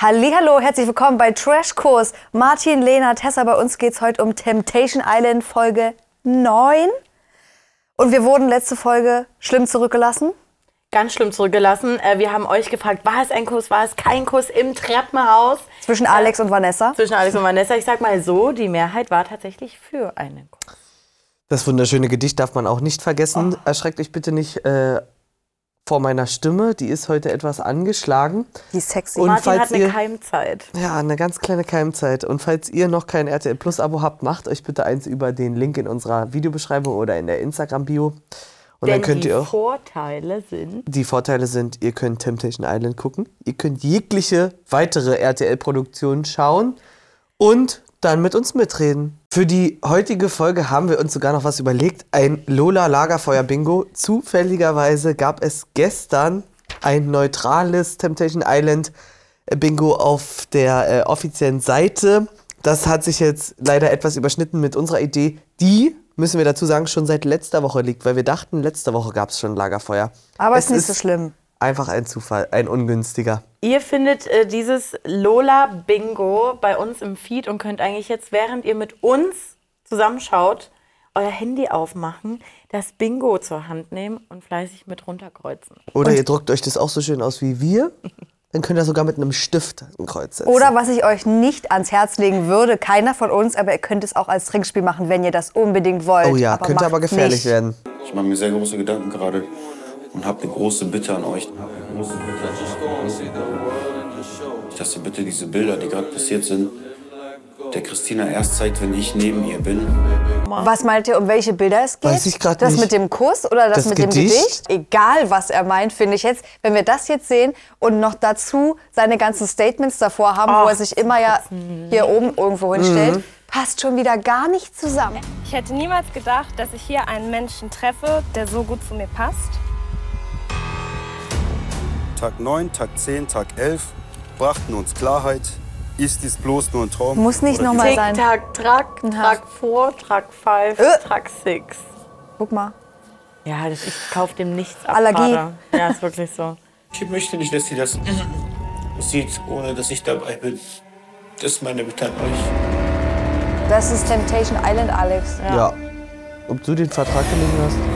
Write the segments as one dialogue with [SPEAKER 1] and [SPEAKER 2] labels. [SPEAKER 1] Hallo, herzlich willkommen bei Trashkurs. Martin, Lena, Tessa, bei uns geht's heute um Temptation Island Folge 9. Und wir wurden letzte Folge schlimm zurückgelassen.
[SPEAKER 2] Ganz schlimm zurückgelassen. Äh, Wir haben euch gefragt, war es ein Kuss, war es kein Kuss im Treppenhaus
[SPEAKER 1] Zwischen Alex und Vanessa.
[SPEAKER 2] zwischen Alex und Vanessa. Ich sag mal so, die Mehrheit war tatsächlich für einen Kuss.
[SPEAKER 3] Das wunderschöne Gedicht darf man auch nicht vergessen. Erschreckt euch bitte nicht äh, vor meiner Stimme. Die ist heute etwas angeschlagen.
[SPEAKER 1] Die ist sexy.
[SPEAKER 3] Und
[SPEAKER 2] Martin hat
[SPEAKER 3] falls
[SPEAKER 2] eine
[SPEAKER 3] ihr-
[SPEAKER 2] Keimzeit.
[SPEAKER 3] Ja, eine ganz kleine Keimzeit. Und falls ihr noch kein RTL Plus Abo habt, macht euch bitte eins über den Link in unserer Videobeschreibung oder in der Instagram Bio. Und
[SPEAKER 2] Denn
[SPEAKER 3] dann könnt
[SPEAKER 2] die
[SPEAKER 3] ihr auch.
[SPEAKER 2] Vorteile sind,
[SPEAKER 3] Die Vorteile sind, ihr könnt Temptation Island gucken, ihr könnt jegliche weitere RTL-Produktionen schauen und dann mit uns mitreden. Für die heutige Folge haben wir uns sogar noch was überlegt. Ein Lola Lagerfeuer Bingo. Zufälligerweise gab es gestern ein neutrales Temptation Island Bingo auf der äh, offiziellen Seite. Das hat sich jetzt leider etwas überschnitten mit unserer Idee, die, müssen wir dazu sagen, schon seit letzter Woche liegt, weil wir dachten, letzte Woche gab es schon Lagerfeuer.
[SPEAKER 1] Aber
[SPEAKER 3] es
[SPEAKER 1] ist nicht so schlimm.
[SPEAKER 3] Einfach ein Zufall, ein ungünstiger.
[SPEAKER 2] ihr findet äh, dieses Lola Bingo bei uns im Feed und könnt eigentlich jetzt, während ihr mit uns zusammenschaut, euer Handy aufmachen, das Bingo zur Hand nehmen und fleißig mit runterkreuzen.
[SPEAKER 3] Oder ihr druckt euch das auch so schön aus wie wir. Dann könnt ihr sogar mit einem Stift ein Kreuz setzen.
[SPEAKER 1] Oder was ich euch nicht ans Herz legen würde, keiner von uns, aber ihr könnt es auch als Trinkspiel machen, wenn ihr das unbedingt wollt.
[SPEAKER 3] oh ja, könnte aber
[SPEAKER 1] macht's
[SPEAKER 3] gefährlich
[SPEAKER 1] nicht.
[SPEAKER 3] werden.
[SPEAKER 4] Ich mache mir sehr große Gedanken gerade und habe eine große Bitte an euch. Dass ihr bitte diese Bilder, die gerade passiert sind, der Christina erst zeigt, wenn ich neben ihr bin.
[SPEAKER 1] Was meint ihr, um welche Bilder es geht?
[SPEAKER 3] Weiß ich grad
[SPEAKER 1] das
[SPEAKER 3] nicht.
[SPEAKER 1] mit dem Kuss oder das,
[SPEAKER 3] Das
[SPEAKER 1] mit dem
[SPEAKER 3] Gedicht?
[SPEAKER 1] Gedicht? Egal, was er meint, finde ich jetzt. Wenn wir das jetzt sehen und noch dazu seine ganzen Statements davor haben, wo er sich immer ja hier oben irgendwo
[SPEAKER 3] Mhm.
[SPEAKER 1] hinstellt, passt schon wieder gar nicht zusammen.
[SPEAKER 5] Ich hätte niemals gedacht, dass ich hier einen Menschen treffe, der so gut zu mir passt.
[SPEAKER 6] Tag 9, Tag 10, Tag 11 brachten uns Klarheit. Ist dies bloß nur ein Traum?
[SPEAKER 1] Muss nicht
[SPEAKER 6] oder
[SPEAKER 1] nochmal
[SPEAKER 2] Tick,
[SPEAKER 1] sein.
[SPEAKER 2] tack, track, track 4, track 5,
[SPEAKER 1] Äh.
[SPEAKER 2] track 6.
[SPEAKER 1] Guck mal.
[SPEAKER 2] Ja, das, ich kaufe dem nichts ab.
[SPEAKER 1] Allergie.
[SPEAKER 2] Vater. Ja, ist wirklich so.
[SPEAKER 4] Ich möchte nicht, dass sie das sieht, ohne dass ich dabei bin. Das ist meine Bitte an euch.
[SPEAKER 1] Das ist Temptation Island, Alex.
[SPEAKER 3] Ja. Ob du den Vertrag gelesen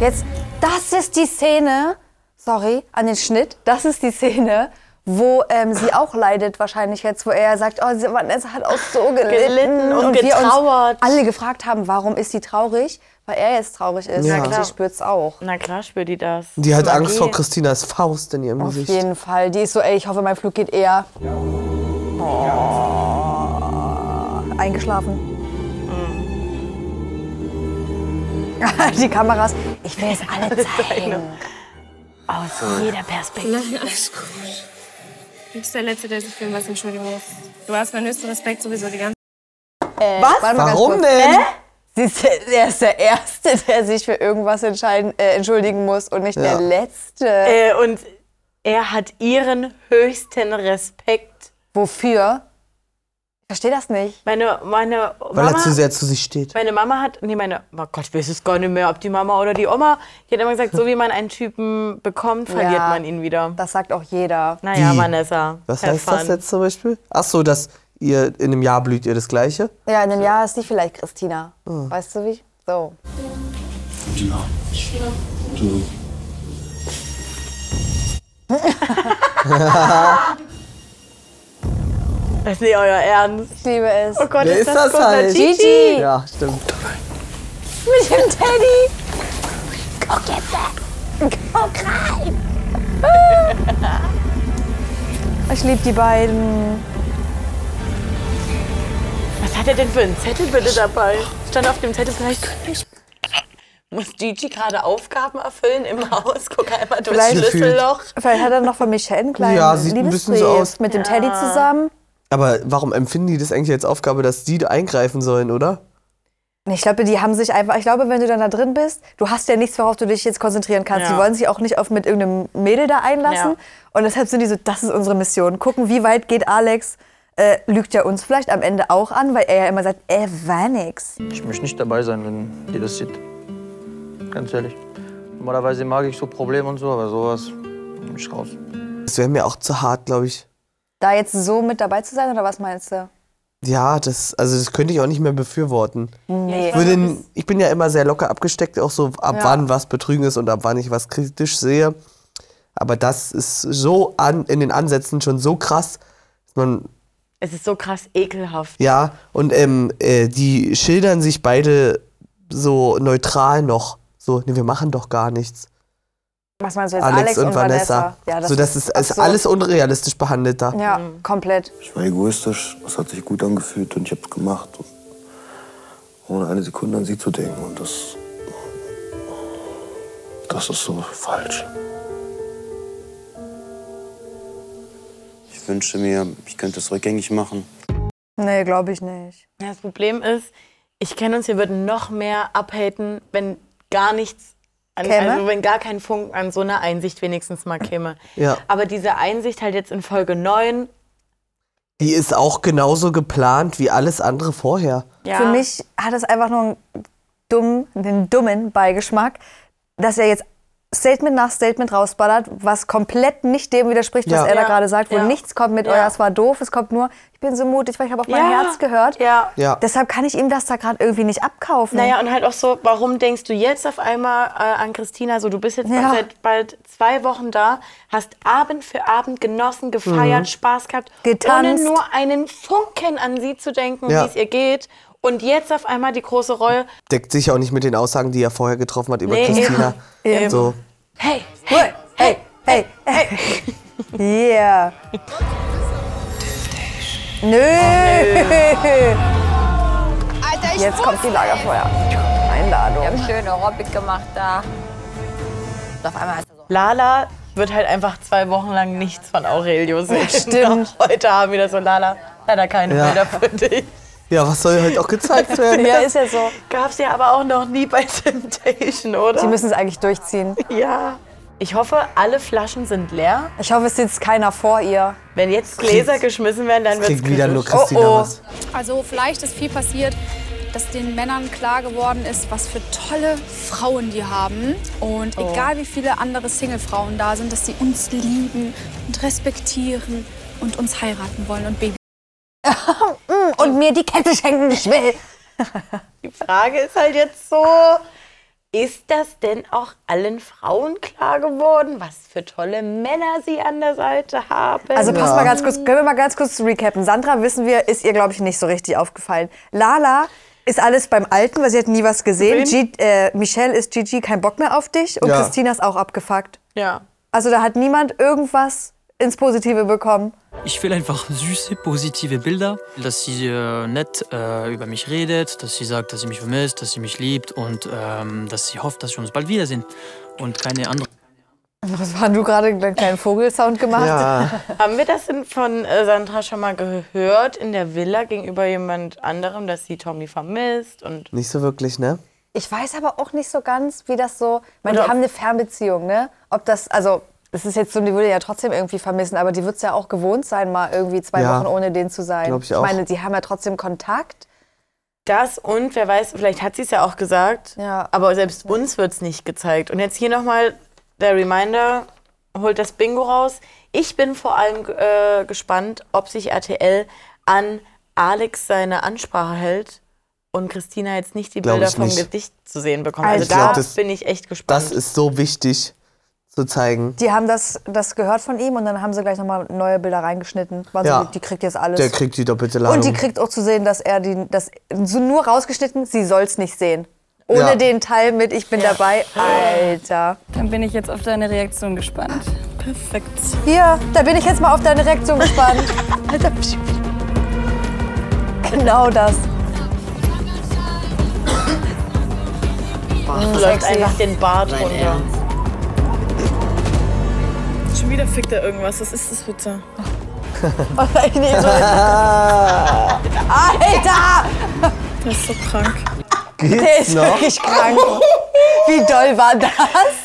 [SPEAKER 3] hast?
[SPEAKER 1] Jetzt, das ist die Szene, sorry, an den Schnitt, das ist die Szene, wo ähm, sie auch leidet wahrscheinlich jetzt, wo er sagt, oh, sie- Vanessa hat auch so gelitten,
[SPEAKER 2] Gelitten und
[SPEAKER 1] wir uns
[SPEAKER 2] getrauert.
[SPEAKER 1] alle gefragt haben, warum ist sie traurig, weil er jetzt traurig ist.
[SPEAKER 3] Ja.
[SPEAKER 1] Ja, klar.
[SPEAKER 3] klar.
[SPEAKER 1] Sie spürt's auch.
[SPEAKER 2] Na klar spürt die das.
[SPEAKER 3] Die hat Angst vor Christinas Faust in ihrem
[SPEAKER 1] Auf
[SPEAKER 3] Gesicht.
[SPEAKER 1] jeden Fall. Die ist so, ey, ich hoffe, mein Flug geht eher. Oh, eingeschlafen.
[SPEAKER 2] Mhm.
[SPEAKER 1] Die Kameras, ich will es alle zeigen.
[SPEAKER 2] Oh,
[SPEAKER 3] Hm.
[SPEAKER 5] Du bist der Letzte, der sich für was entschuldigen muss. Du hast meinen höchsten Respekt sowieso die ganze
[SPEAKER 1] Was? Warte mal ganz
[SPEAKER 3] Warum
[SPEAKER 1] kurz.
[SPEAKER 3] denn?
[SPEAKER 1] Sie ist der, der ist der Erste, der sich für irgendwas entscheiden, äh, entschuldigen muss und nicht
[SPEAKER 3] Ja.
[SPEAKER 1] der Letzte.
[SPEAKER 2] Äh, und er hat ihren höchsten Respekt.
[SPEAKER 1] Wofür? Ich verstehe das nicht.
[SPEAKER 2] Meine, meine
[SPEAKER 3] Weil
[SPEAKER 2] Mama.
[SPEAKER 3] er zu sehr zu sich steht.
[SPEAKER 2] meine Mama hat, nee, meine, oh Gott, ich weiß es gar nicht mehr, ob die Mama oder die Oma. Die hat immer gesagt, so wie man einen Typen bekommt, verliert
[SPEAKER 1] Ja.
[SPEAKER 2] man ihn wieder.
[SPEAKER 1] Das sagt auch jeder.
[SPEAKER 2] Naja,
[SPEAKER 3] Die.
[SPEAKER 2] Vanessa.
[SPEAKER 3] Was
[SPEAKER 2] have
[SPEAKER 3] heißt das
[SPEAKER 2] fun.
[SPEAKER 3] jetzt zum Beispiel? Ach so, dass ihr in einem Jahr blüht ihr das Gleiche.
[SPEAKER 1] Ja, in einem Jahr ist die vielleicht Christina.
[SPEAKER 3] Hm.
[SPEAKER 1] Weißt du wie? So.
[SPEAKER 2] Das ist nicht euer Ernst.
[SPEAKER 1] Ich liebe es.
[SPEAKER 2] Oh Gott,
[SPEAKER 3] Wer
[SPEAKER 2] ist
[SPEAKER 3] ist
[SPEAKER 2] das,
[SPEAKER 3] das
[SPEAKER 2] Costa
[SPEAKER 3] halt?
[SPEAKER 2] Gigi?
[SPEAKER 1] Gigi
[SPEAKER 3] Ja, stimmt.
[SPEAKER 1] mit dem Teddy. Guck jetzt weg. Guck rein. Ah. Ich liebe die beiden.
[SPEAKER 2] Was hat er denn für einen Zettel bitte dabei? Stand auf dem Zettel vielleicht. Muss Gigi gerade Aufgaben erfüllen im Haus? Guck einmal durch das
[SPEAKER 1] Vielleicht-
[SPEAKER 2] Schlüsselloch.
[SPEAKER 1] Vielleicht hat er noch von Michelle einen kleinen
[SPEAKER 3] Ja, sieht ein bisschen so
[SPEAKER 1] Liebesbrief
[SPEAKER 3] aus.
[SPEAKER 1] Mit dem Teddy zusammen.
[SPEAKER 3] Aber warum empfinden die das eigentlich als Aufgabe, dass die eingreifen sollen, oder?
[SPEAKER 1] Ich glaube, die haben sich einfach, ich glaube, wenn du dann da drin bist, du hast ja nichts, worauf du dich jetzt konzentrieren kannst.
[SPEAKER 2] Ja.
[SPEAKER 1] Die wollen sich auch nicht auf mit irgendeinem Mädel da einlassen.
[SPEAKER 2] Ja.
[SPEAKER 1] Und deshalb sind die so, das ist unsere Mission. Gucken, wie weit geht Alex. Äh, lügt ja uns vielleicht am Ende auch an, weil er ja immer sagt, er war nix.
[SPEAKER 7] Ich möchte nicht dabei sein, wenn die das sieht. Ganz ehrlich. Normalerweise mag ich so Probleme und so, aber sowas bin ich raus.
[SPEAKER 3] Das Das wäre mir auch zu hart, glaube ich.
[SPEAKER 1] Da jetzt so mit dabei zu sein oder was meinst du?
[SPEAKER 3] Ja, das, also das könnte ich auch nicht mehr befürworten.
[SPEAKER 1] Nee.
[SPEAKER 3] Würde, ich bin ja immer sehr locker abgesteckt, auch so ab
[SPEAKER 1] Ja.
[SPEAKER 3] wann was Betrügen ist und ab wann ich was kritisch sehe. Aber das ist so an, in den Ansätzen schon so krass, dass man,
[SPEAKER 2] Es ist so krass ekelhaft.
[SPEAKER 3] ja, und ähm, äh, die schildern sich beide so neutral noch. So, nee, wir machen doch gar nichts.
[SPEAKER 1] Was meinst du jetzt?
[SPEAKER 3] Alex,
[SPEAKER 1] Alex,
[SPEAKER 3] und Vanessa.
[SPEAKER 1] Ja, das
[SPEAKER 3] so, das ist, ist
[SPEAKER 1] absurd.
[SPEAKER 3] alles um unrealistisch behandelt da.
[SPEAKER 1] Ja,
[SPEAKER 2] Mhm.
[SPEAKER 1] komplett.
[SPEAKER 8] Ich war egoistisch, es hat sich gut angefühlt und ich habe es gemacht. Und ohne eine Sekunde an sie zu denken. Und das. Das ist so falsch.
[SPEAKER 4] Ich wünsche mir, ich könnte es rückgängig machen.
[SPEAKER 1] Nee, glaube ich nicht.
[SPEAKER 2] Ja, Das Problem ist, ich kenne uns, wir würden noch mehr abhaten, wenn gar nichts, an,
[SPEAKER 1] Käme?
[SPEAKER 2] also wenn gar kein Funken an so einer Einsicht wenigstens mal käme.
[SPEAKER 3] Ja.
[SPEAKER 2] Aber diese Einsicht halt jetzt in Folge 9,
[SPEAKER 3] Die ist auch genauso geplant wie alles andere vorher.
[SPEAKER 2] ja,
[SPEAKER 1] Für mich hat es einfach nur einen dummen, einen dummen Beigeschmack, dass er jetzt Statement nach Statement rausballert, was komplett nicht dem widerspricht, was
[SPEAKER 3] Ja.
[SPEAKER 1] er da
[SPEAKER 2] Ja,
[SPEAKER 1] gerade sagt, wo
[SPEAKER 2] ja.
[SPEAKER 1] nichts kommt mit,
[SPEAKER 2] Ja.
[SPEAKER 1] oh ja, es war doof, es kommt nur, ich bin so mutig, weil ich habe auf mein
[SPEAKER 2] Ja.
[SPEAKER 1] Herz gehört.
[SPEAKER 2] Ja.
[SPEAKER 3] Ja.
[SPEAKER 1] Deshalb kann ich ihm das da gerade irgendwie nicht abkaufen.
[SPEAKER 2] Naja, und halt auch so, warum denkst du jetzt auf einmal äh, an Christina? So, du bist jetzt
[SPEAKER 1] Ja.
[SPEAKER 2] seit bald zwei Wochen da, hast Abend für Abend genossen, gefeiert, Spaß gehabt,
[SPEAKER 1] Mhm. Getanzt.
[SPEAKER 2] ohne nur einen Funken an sie zu denken,
[SPEAKER 3] Ja.
[SPEAKER 2] wie es ihr geht. Und jetzt auf einmal die große Reue.
[SPEAKER 3] Deckt sich auch nicht mit den Aussagen, die er vorher getroffen hat über
[SPEAKER 2] Nee,
[SPEAKER 3] Christina.
[SPEAKER 2] eben.
[SPEAKER 3] So.
[SPEAKER 2] Hey,
[SPEAKER 1] hey, hey, hey, hey. yeah. Nö.
[SPEAKER 9] Alter, ich
[SPEAKER 1] Jetzt kommt die
[SPEAKER 9] Wir
[SPEAKER 1] Lagerfeuer-Einladung.
[SPEAKER 9] haben schön Aerobic gemacht da. Und auf einmal heißt er so.
[SPEAKER 2] Lala wird halt einfach zwei Wochen lang nichts von Aurelio sehen.
[SPEAKER 1] stimmt.
[SPEAKER 2] Heute haben wir das so, Lala, leider keine
[SPEAKER 3] Ja.
[SPEAKER 2] Bilder für dich.
[SPEAKER 3] Ja, was soll halt auch gezeigt werden?
[SPEAKER 1] Ja, ist ja so.
[SPEAKER 2] Gab's ja aber auch noch nie bei Temptation, oder?
[SPEAKER 1] Die müssen es eigentlich durchziehen.
[SPEAKER 2] ja. Ich hoffe, alle Flaschen sind leer.
[SPEAKER 1] Ich hoffe, es sitzt keiner vor ihr.
[SPEAKER 2] Wenn jetzt Gläser geschmissen werden, dann Oh, wird
[SPEAKER 3] Kriegt wieder
[SPEAKER 10] Oh,
[SPEAKER 3] nur Christina was.
[SPEAKER 11] Also vielleicht ist viel passiert, dass den Männern klar geworden ist, was für tolle Frauen die haben. Und
[SPEAKER 5] Oh.
[SPEAKER 11] egal wie viele andere Single-Frauen da sind, dass sie uns lieben und respektieren und uns heiraten wollen und Baby.
[SPEAKER 1] Und mir die Kette schenken, ich will.
[SPEAKER 2] Die Frage ist halt jetzt so, ist das denn auch allen Frauen klar geworden, was für tolle Männer sie an der Seite haben?
[SPEAKER 1] Also pass mal ganz kurz, können wir mal ganz kurz recappen. Sandra, wissen wir, ist ihr, glaube ich, nicht so richtig aufgefallen. Lala ist alles beim Alten, weil sie hat nie was gesehen. G äh, Michelle ist Gigi, kein Bock mehr auf dich. Und
[SPEAKER 3] Ja.
[SPEAKER 1] Christina ist auch abgefuckt.
[SPEAKER 2] ja.
[SPEAKER 1] Also da hat niemand irgendwas ins Positive bekommen.
[SPEAKER 12] Ich will einfach süße, positive Bilder, dass sie äh, nett äh, über mich redet, dass sie sagt, dass sie mich vermisst, dass sie mich liebt und ähm, dass sie hofft, dass wir uns bald wiedersehen. Und keine andere.
[SPEAKER 1] Was war du gerade einen kleinen Vogelsound gemacht?
[SPEAKER 3] Ja,
[SPEAKER 2] Haben wir das denn von äh, Sandra schon mal gehört in der Villa gegenüber jemand anderem, dass sie Tommy vermisst und
[SPEAKER 3] nicht so wirklich, ne?
[SPEAKER 1] Ich weiß aber auch nicht so ganz, wie das so. Ich meine, die
[SPEAKER 2] Oder ob-
[SPEAKER 1] haben eine Fernbeziehung, ne? Ob das, also, das ist jetzt so, die würde ja trotzdem irgendwie vermissen, aber die wird es ja auch gewohnt sein, mal irgendwie zwei
[SPEAKER 3] Ja.
[SPEAKER 1] Wochen ohne den zu sein.
[SPEAKER 3] Glaub ich auch.
[SPEAKER 1] ich meine, die haben ja trotzdem Kontakt.
[SPEAKER 2] das und wer weiß, vielleicht hat sie es ja auch gesagt,
[SPEAKER 1] Ja.
[SPEAKER 2] aber selbst uns wird es nicht gezeigt. Und jetzt hier nochmal der Reminder, holt das Bingo raus. Ich bin vor allem äh, gespannt, ob sich RTL an Alex seine Ansprache hält und Christina jetzt nicht die
[SPEAKER 3] Glaub
[SPEAKER 2] Bilder
[SPEAKER 3] ich
[SPEAKER 2] vom
[SPEAKER 3] nicht.
[SPEAKER 2] Gedicht zu sehen bekommt. Also
[SPEAKER 1] Ich glaub,
[SPEAKER 2] da
[SPEAKER 3] das-
[SPEAKER 2] bin ich echt gespannt.
[SPEAKER 3] Das ist so wichtig zu zeigen.
[SPEAKER 1] Die haben das, das gehört von ihm und dann haben sie gleich nochmal neue Bilder reingeschnitten. War so,
[SPEAKER 3] Ja.
[SPEAKER 1] Die kriegt jetzt alles.
[SPEAKER 3] Der kriegt die doppelte Ladung.
[SPEAKER 1] und die kriegt auch zu sehen, dass er die, das so nur rausgeschnitten, sie soll es nicht sehen. Ohne
[SPEAKER 3] Ja.
[SPEAKER 1] den Teil mit, ich bin dabei. Alter.
[SPEAKER 11] Dann bin ich jetzt auf deine Reaktion gespannt.
[SPEAKER 1] Hier, da bin ich jetzt mal auf deine Reaktion gespannt. Alter, psch, psch. genau das.
[SPEAKER 2] Du läuft einfach den Bart runter.
[SPEAKER 11] Schon wieder fickt er irgendwas. Was ist das bitte?
[SPEAKER 1] Alter!
[SPEAKER 11] Das ist so krank.
[SPEAKER 1] Der ist
[SPEAKER 3] noch?
[SPEAKER 1] wirklich krank. Wie doll war das?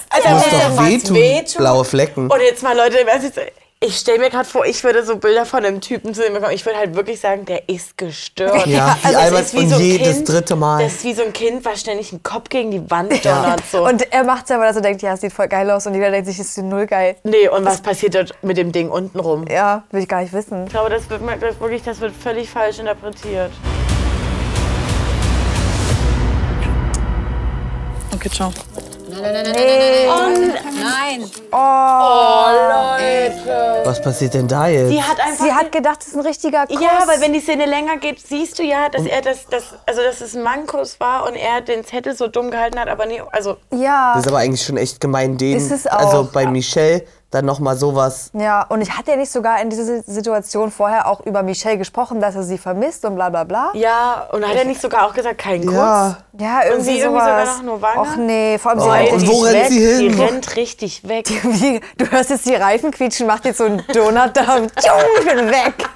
[SPEAKER 2] Alter,
[SPEAKER 3] Muss
[SPEAKER 2] wenn der
[SPEAKER 3] doch
[SPEAKER 2] Mats
[SPEAKER 1] äh,
[SPEAKER 3] wehtun.
[SPEAKER 2] wehtut.
[SPEAKER 3] Blaue Flecken.
[SPEAKER 2] Und jetzt mal, Leute, wer ist jetzt- Ich stelle mir gerade vor, ich würde so Bilder von einem Typen zu mir bekommen. Ich würde halt wirklich sagen, der ist gestört. Also
[SPEAKER 3] Ja, wie
[SPEAKER 2] es
[SPEAKER 3] albern und
[SPEAKER 2] ein
[SPEAKER 3] jedes dritte Mal.
[SPEAKER 2] Das ist wie so ein Kind, was ständig den Kopf gegen die Wand donnert. So.
[SPEAKER 1] Und er macht es aber, dass er denkt, ja, es sieht voll geil aus. Und jeder denkt sich, es sieht null geil.
[SPEAKER 2] Nee, und was passiert dort mit dem Ding unten rum?
[SPEAKER 1] Ja, will ich gar nicht wissen.
[SPEAKER 2] Ich glaube, das wird, das wirklich, das wird völlig falsch interpretiert.
[SPEAKER 11] Okay, ciao.
[SPEAKER 9] Nein, nein, nein, nein, nein, nein. Nein.
[SPEAKER 2] Oh, Leute.
[SPEAKER 3] Was passiert denn da jetzt?
[SPEAKER 2] Sie hat einfach.
[SPEAKER 1] Sie hat gedacht, es ist ein richtiger Kuss.
[SPEAKER 2] ja, weil wenn die Szene länger geht, siehst du ja, dass er das, das also dass es ein Mankos war und er den Zettel so dumm gehalten hat, aber nee, also
[SPEAKER 1] Ja,
[SPEAKER 3] Das ist aber eigentlich schon echt gemein, den.
[SPEAKER 1] Ist es auch.
[SPEAKER 3] also bei Michelle dann nochmal sowas.
[SPEAKER 1] ja, und ich hatte ja nicht sogar in dieser Situation vorher auch über Michelle gesprochen, dass er sie vermisst und bla bla bla.
[SPEAKER 2] ja, und hat er nicht sogar auch gesagt, kein Kuss?
[SPEAKER 3] Ja.
[SPEAKER 1] Ja, irgendwie
[SPEAKER 2] Und sie irgendwie
[SPEAKER 1] sowas.
[SPEAKER 2] sogar nach Novana?
[SPEAKER 1] Och nee, vor allem sie
[SPEAKER 3] Oh,
[SPEAKER 1] rennt
[SPEAKER 3] und
[SPEAKER 1] richtig
[SPEAKER 3] wo rennt
[SPEAKER 1] weg.
[SPEAKER 3] sie hin?
[SPEAKER 2] Die rennt richtig weg.
[SPEAKER 1] Wie, du hörst jetzt die Reifen quietschen, macht jetzt so einen Donut da und tschung, ich bin weg.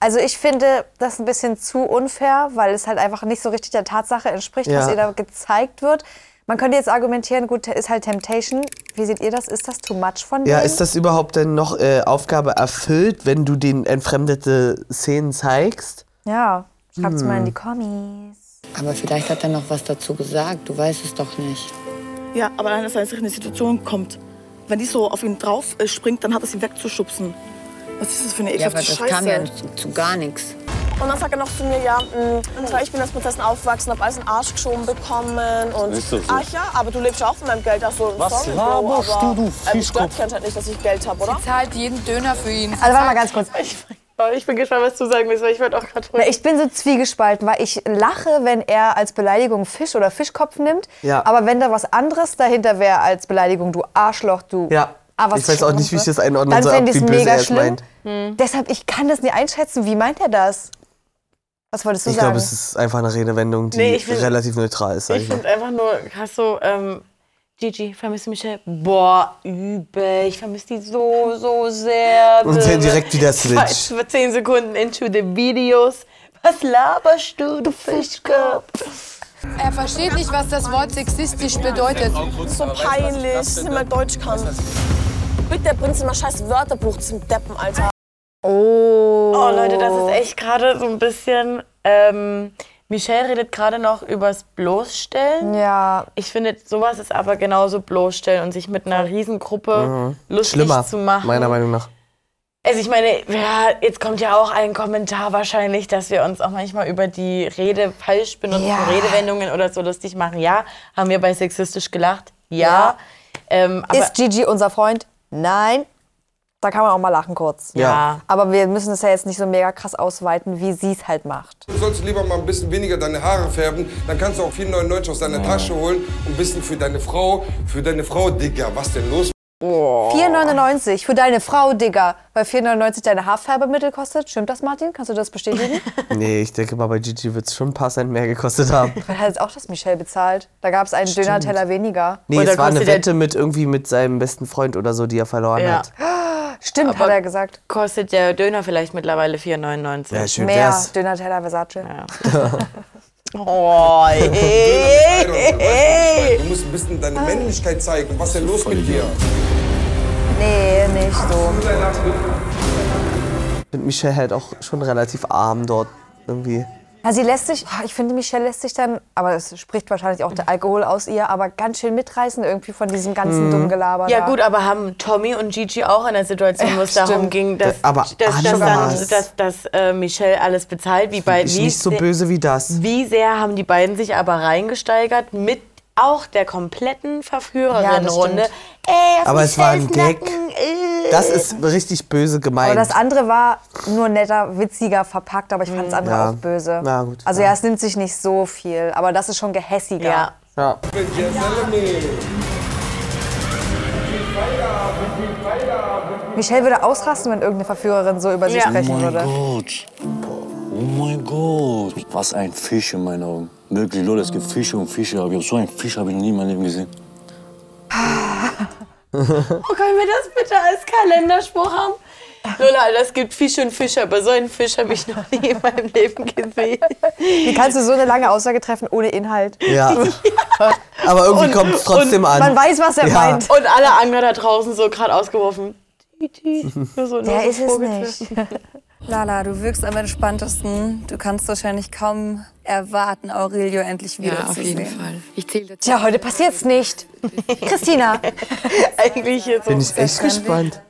[SPEAKER 1] Also ich finde das ein bisschen zu unfair, weil es halt einfach nicht so richtig der Tatsache entspricht, was
[SPEAKER 3] Ja.
[SPEAKER 1] ihr da gezeigt wird. Man könnte jetzt argumentieren, gut, ist halt Temptation. Wie seht ihr das? Ist das too much von
[SPEAKER 3] Ja,
[SPEAKER 1] denen?
[SPEAKER 3] ist das überhaupt denn noch äh, Aufgabe erfüllt, wenn du den entfremdete Szenen zeigst?
[SPEAKER 1] Ja, schreibt's mal in
[SPEAKER 3] Hm.
[SPEAKER 1] die Kommis.
[SPEAKER 9] Aber vielleicht hat er noch was dazu gesagt. Du weißt es doch nicht.
[SPEAKER 13] Ja, aber dann, dass er in eine Situation kommt. Wenn die so auf ihn drauf äh, springt, dann hat es ihn wegzuschubsen. Was ist das für eine
[SPEAKER 9] Ja, aber
[SPEAKER 13] ekelhafte
[SPEAKER 9] das
[SPEAKER 13] Scheiße?
[SPEAKER 9] kam ja zu, zu gar nichts.
[SPEAKER 14] Und dann sagt er noch zu mir, ja, mh, zwar ich bin als Prinzessin aufgewachsen, hab alles in den Arsch geschoben bekommen und
[SPEAKER 10] Ist das so?
[SPEAKER 14] ach ja, aber du lebst ja auch von meinem Geld, also
[SPEAKER 10] Was
[SPEAKER 14] sorry,
[SPEAKER 1] Oh,
[SPEAKER 10] laberst
[SPEAKER 14] Bro, aber,
[SPEAKER 1] Ähm,
[SPEAKER 10] du, du
[SPEAKER 14] äh,
[SPEAKER 10] Fischkopf?
[SPEAKER 14] stört kennt halt nicht, dass ich Geld habe, oder?
[SPEAKER 9] Sie zahlt jeden Döner für ihn.
[SPEAKER 1] Also warte mal ganz kurz.
[SPEAKER 2] Oh, ich bin gespannt, was du sagen willst, weil ich wollte auch gerade
[SPEAKER 1] Na, Ich bin so zwiegespalten, weil ich lache, wenn er als Beleidigung Fisch oder Fischkopf nimmt.
[SPEAKER 3] Ja.
[SPEAKER 1] Aber wenn da was anderes dahinter wäre als Beleidigung, du Arschloch, du.
[SPEAKER 3] Ja.
[SPEAKER 1] Ah, was
[SPEAKER 3] Ich weiß auch nicht, wie ich das einordnen
[SPEAKER 1] Dann
[SPEAKER 3] soll,
[SPEAKER 1] fände
[SPEAKER 3] ob
[SPEAKER 1] ich es
[SPEAKER 3] wie böse
[SPEAKER 1] mega
[SPEAKER 3] er es
[SPEAKER 1] schlimm. Hm.
[SPEAKER 3] meint.
[SPEAKER 1] Deshalb, ich kann das nie einschätzen. Wie meint er das? Was wolltest du
[SPEAKER 3] Ich
[SPEAKER 1] sagen?
[SPEAKER 3] glaube, es ist einfach eine Redewendung, die
[SPEAKER 2] Nee, ich find-
[SPEAKER 3] relativ neutral ist. Sag
[SPEAKER 2] Ich
[SPEAKER 3] ich mal.
[SPEAKER 2] finde einfach nur, hast so, ähm, Gigi, vermisst du Michelle? Boah, übel. Ich vermisse die so, so sehr.
[SPEAKER 3] Und dann direkt wieder Switch.
[SPEAKER 2] Zwei- Zehn Sekunden into the Videos. Was laberst du, du Fischkopf?
[SPEAKER 9] Er versteht nicht, was das Wort sexistisch bedeutet.
[SPEAKER 14] Das ist so peinlich, dass ich nicht mehr Deutsch kann. Bitte bringt sie mal scheiß Wörterbuch zum Deppen, Alter.
[SPEAKER 1] Oh.
[SPEAKER 2] Oh, Leute, das ist echt gerade so ein bisschen. Ähm, Michelle redet gerade noch übers Bloßstellen.
[SPEAKER 1] Ja.
[SPEAKER 2] Ich finde, sowas ist aber genauso bloßstellen und sich mit einer Riesengruppe
[SPEAKER 3] Mhm.
[SPEAKER 2] lustig
[SPEAKER 3] Schlimmer,
[SPEAKER 2] zu machen.
[SPEAKER 3] meiner Meinung nach.
[SPEAKER 2] Also ich meine, ja, jetzt kommt ja auch ein Kommentar wahrscheinlich, dass wir uns auch manchmal über die Rede falsch benutzten
[SPEAKER 1] Ja.
[SPEAKER 2] Redewendungen oder so lustig machen. Ja, haben wir bei sexistisch gelacht. Ja.
[SPEAKER 1] Ja.
[SPEAKER 2] Ähm, aber
[SPEAKER 1] ist Gigi unser Freund? Nein. Da kann man auch mal lachen kurz.
[SPEAKER 2] Ja.
[SPEAKER 1] Aber wir müssen es ja jetzt nicht so mega krass ausweiten, wie sie es halt macht.
[SPEAKER 15] Du sollst lieber mal ein bisschen weniger deine Haare färben, dann kannst du auch 4,99 aus deiner Tasche holen und ein bisschen für deine Frau, für deine Frau, Digga, was denn los?
[SPEAKER 1] 4,99 für deine Frau, Digga. Weil 4,99 deine Haarfärbemittel kostet. Stimmt das, Martin? Kannst du das bestätigen?
[SPEAKER 3] Nee, ich denke mal, bei Gigi wird es schon ein paar Cent mehr gekostet haben.
[SPEAKER 1] Weil hat jetzt auch das Michelle bezahlt. Da gab es einen
[SPEAKER 3] Stimmt.
[SPEAKER 1] Döner-Teller weniger.
[SPEAKER 3] Nee, es war eine Wette mit irgendwie mit seinem besten Freund oder so, die er verloren
[SPEAKER 2] Ja.
[SPEAKER 3] hat.
[SPEAKER 1] Stimmt, hat er gesagt.
[SPEAKER 2] kostet der Döner vielleicht mittlerweile 4,99.
[SPEAKER 3] Ja, schön
[SPEAKER 1] Mehr
[SPEAKER 3] wär's.
[SPEAKER 1] Döner-Teller Versace.
[SPEAKER 2] Oh, ey.
[SPEAKER 15] Du musst ein bisschen deine Männlichkeit zeigen. Was ist denn los mit dir?
[SPEAKER 1] Nee, nicht so.
[SPEAKER 3] Ich finde Michelle halt auch schon relativ arm dort irgendwie.
[SPEAKER 1] Ja, sie lässt sich, Ah, ich finde, Michelle lässt sich dann, aber es spricht wahrscheinlich auch der Alkohol aus ihr, aber ganz schön mitreißen irgendwie von diesem ganzen
[SPEAKER 3] Mhm.
[SPEAKER 1] dummen Gelaber.
[SPEAKER 2] Ja
[SPEAKER 1] da.
[SPEAKER 2] gut, aber haben Tommy und Gigi auch in der Situation, wo es
[SPEAKER 1] Ja,
[SPEAKER 2] darum
[SPEAKER 1] stimmt.
[SPEAKER 2] ging, dass,
[SPEAKER 3] Da- aber
[SPEAKER 2] dass, dass, dann,
[SPEAKER 3] anders.
[SPEAKER 2] dass, dass äh, Michelle alles bezahlt, wie bei
[SPEAKER 3] Ich
[SPEAKER 2] Äh, wie
[SPEAKER 3] nicht so
[SPEAKER 2] se-
[SPEAKER 3] böse wie das.
[SPEAKER 2] Wie sehr haben die beiden sich aber reingesteigert mit auch der kompletten Verführerinnenrunde.
[SPEAKER 1] Ja, das
[SPEAKER 2] Ey, auf
[SPEAKER 3] Aber es war ein
[SPEAKER 2] Michelle's
[SPEAKER 3] Gag.
[SPEAKER 2] Nacken, äh.
[SPEAKER 3] Das ist richtig böse
[SPEAKER 1] aber
[SPEAKER 3] gemeint.
[SPEAKER 1] das andere war nur netter, witziger verpackt, aber ich fand das andere
[SPEAKER 3] Hm, Ja.
[SPEAKER 1] auch böse.
[SPEAKER 3] Na gut,
[SPEAKER 1] also
[SPEAKER 3] ja.
[SPEAKER 1] ja, es nimmt sich nicht so viel, aber das ist schon gehässiger.
[SPEAKER 2] Ja.
[SPEAKER 3] ja.
[SPEAKER 1] Michelle würde ausrasten, wenn irgendeine Verführerin so über sie
[SPEAKER 3] Oh
[SPEAKER 1] sprechen würde.
[SPEAKER 10] Gott. Oh mein Gott. Was ein Fisch in meinen Augen. Wirklich, Leute, es gibt Fische und Fische. Aber so einen Fisch habe ich noch nie in meinem Leben gesehen.
[SPEAKER 2] Oh, können wir das bitte als Kalenderspruch haben? Lola, Alter, es gibt Fische und Fische, aber so einen Fisch habe ich noch nie in meinem Leben gesehen.
[SPEAKER 1] Wie kannst du so eine lange Aussage treffen ohne Inhalt?
[SPEAKER 3] Ja. Aber irgendwie
[SPEAKER 2] Und-
[SPEAKER 3] kommt's trotzdem
[SPEAKER 2] und
[SPEAKER 3] an.
[SPEAKER 1] man weiß, was er
[SPEAKER 3] ja.
[SPEAKER 1] meint.
[SPEAKER 2] Und alle Angler da draußen so gerade ausgeworfen. So
[SPEAKER 1] Der ist es nicht.
[SPEAKER 16] Lala, du wirkst am entspanntesten. Du kannst wahrscheinlich kaum erwarten, Aurelio endlich
[SPEAKER 1] Ja,
[SPEAKER 16] wieder
[SPEAKER 1] auf
[SPEAKER 16] zu
[SPEAKER 1] jeden
[SPEAKER 16] sehen.
[SPEAKER 1] Fall.
[SPEAKER 16] Ich zähle
[SPEAKER 1] Tja, heute passiert's nicht. Christina.
[SPEAKER 2] Eigentlich jetzt
[SPEAKER 3] Bin ich echt gespannt.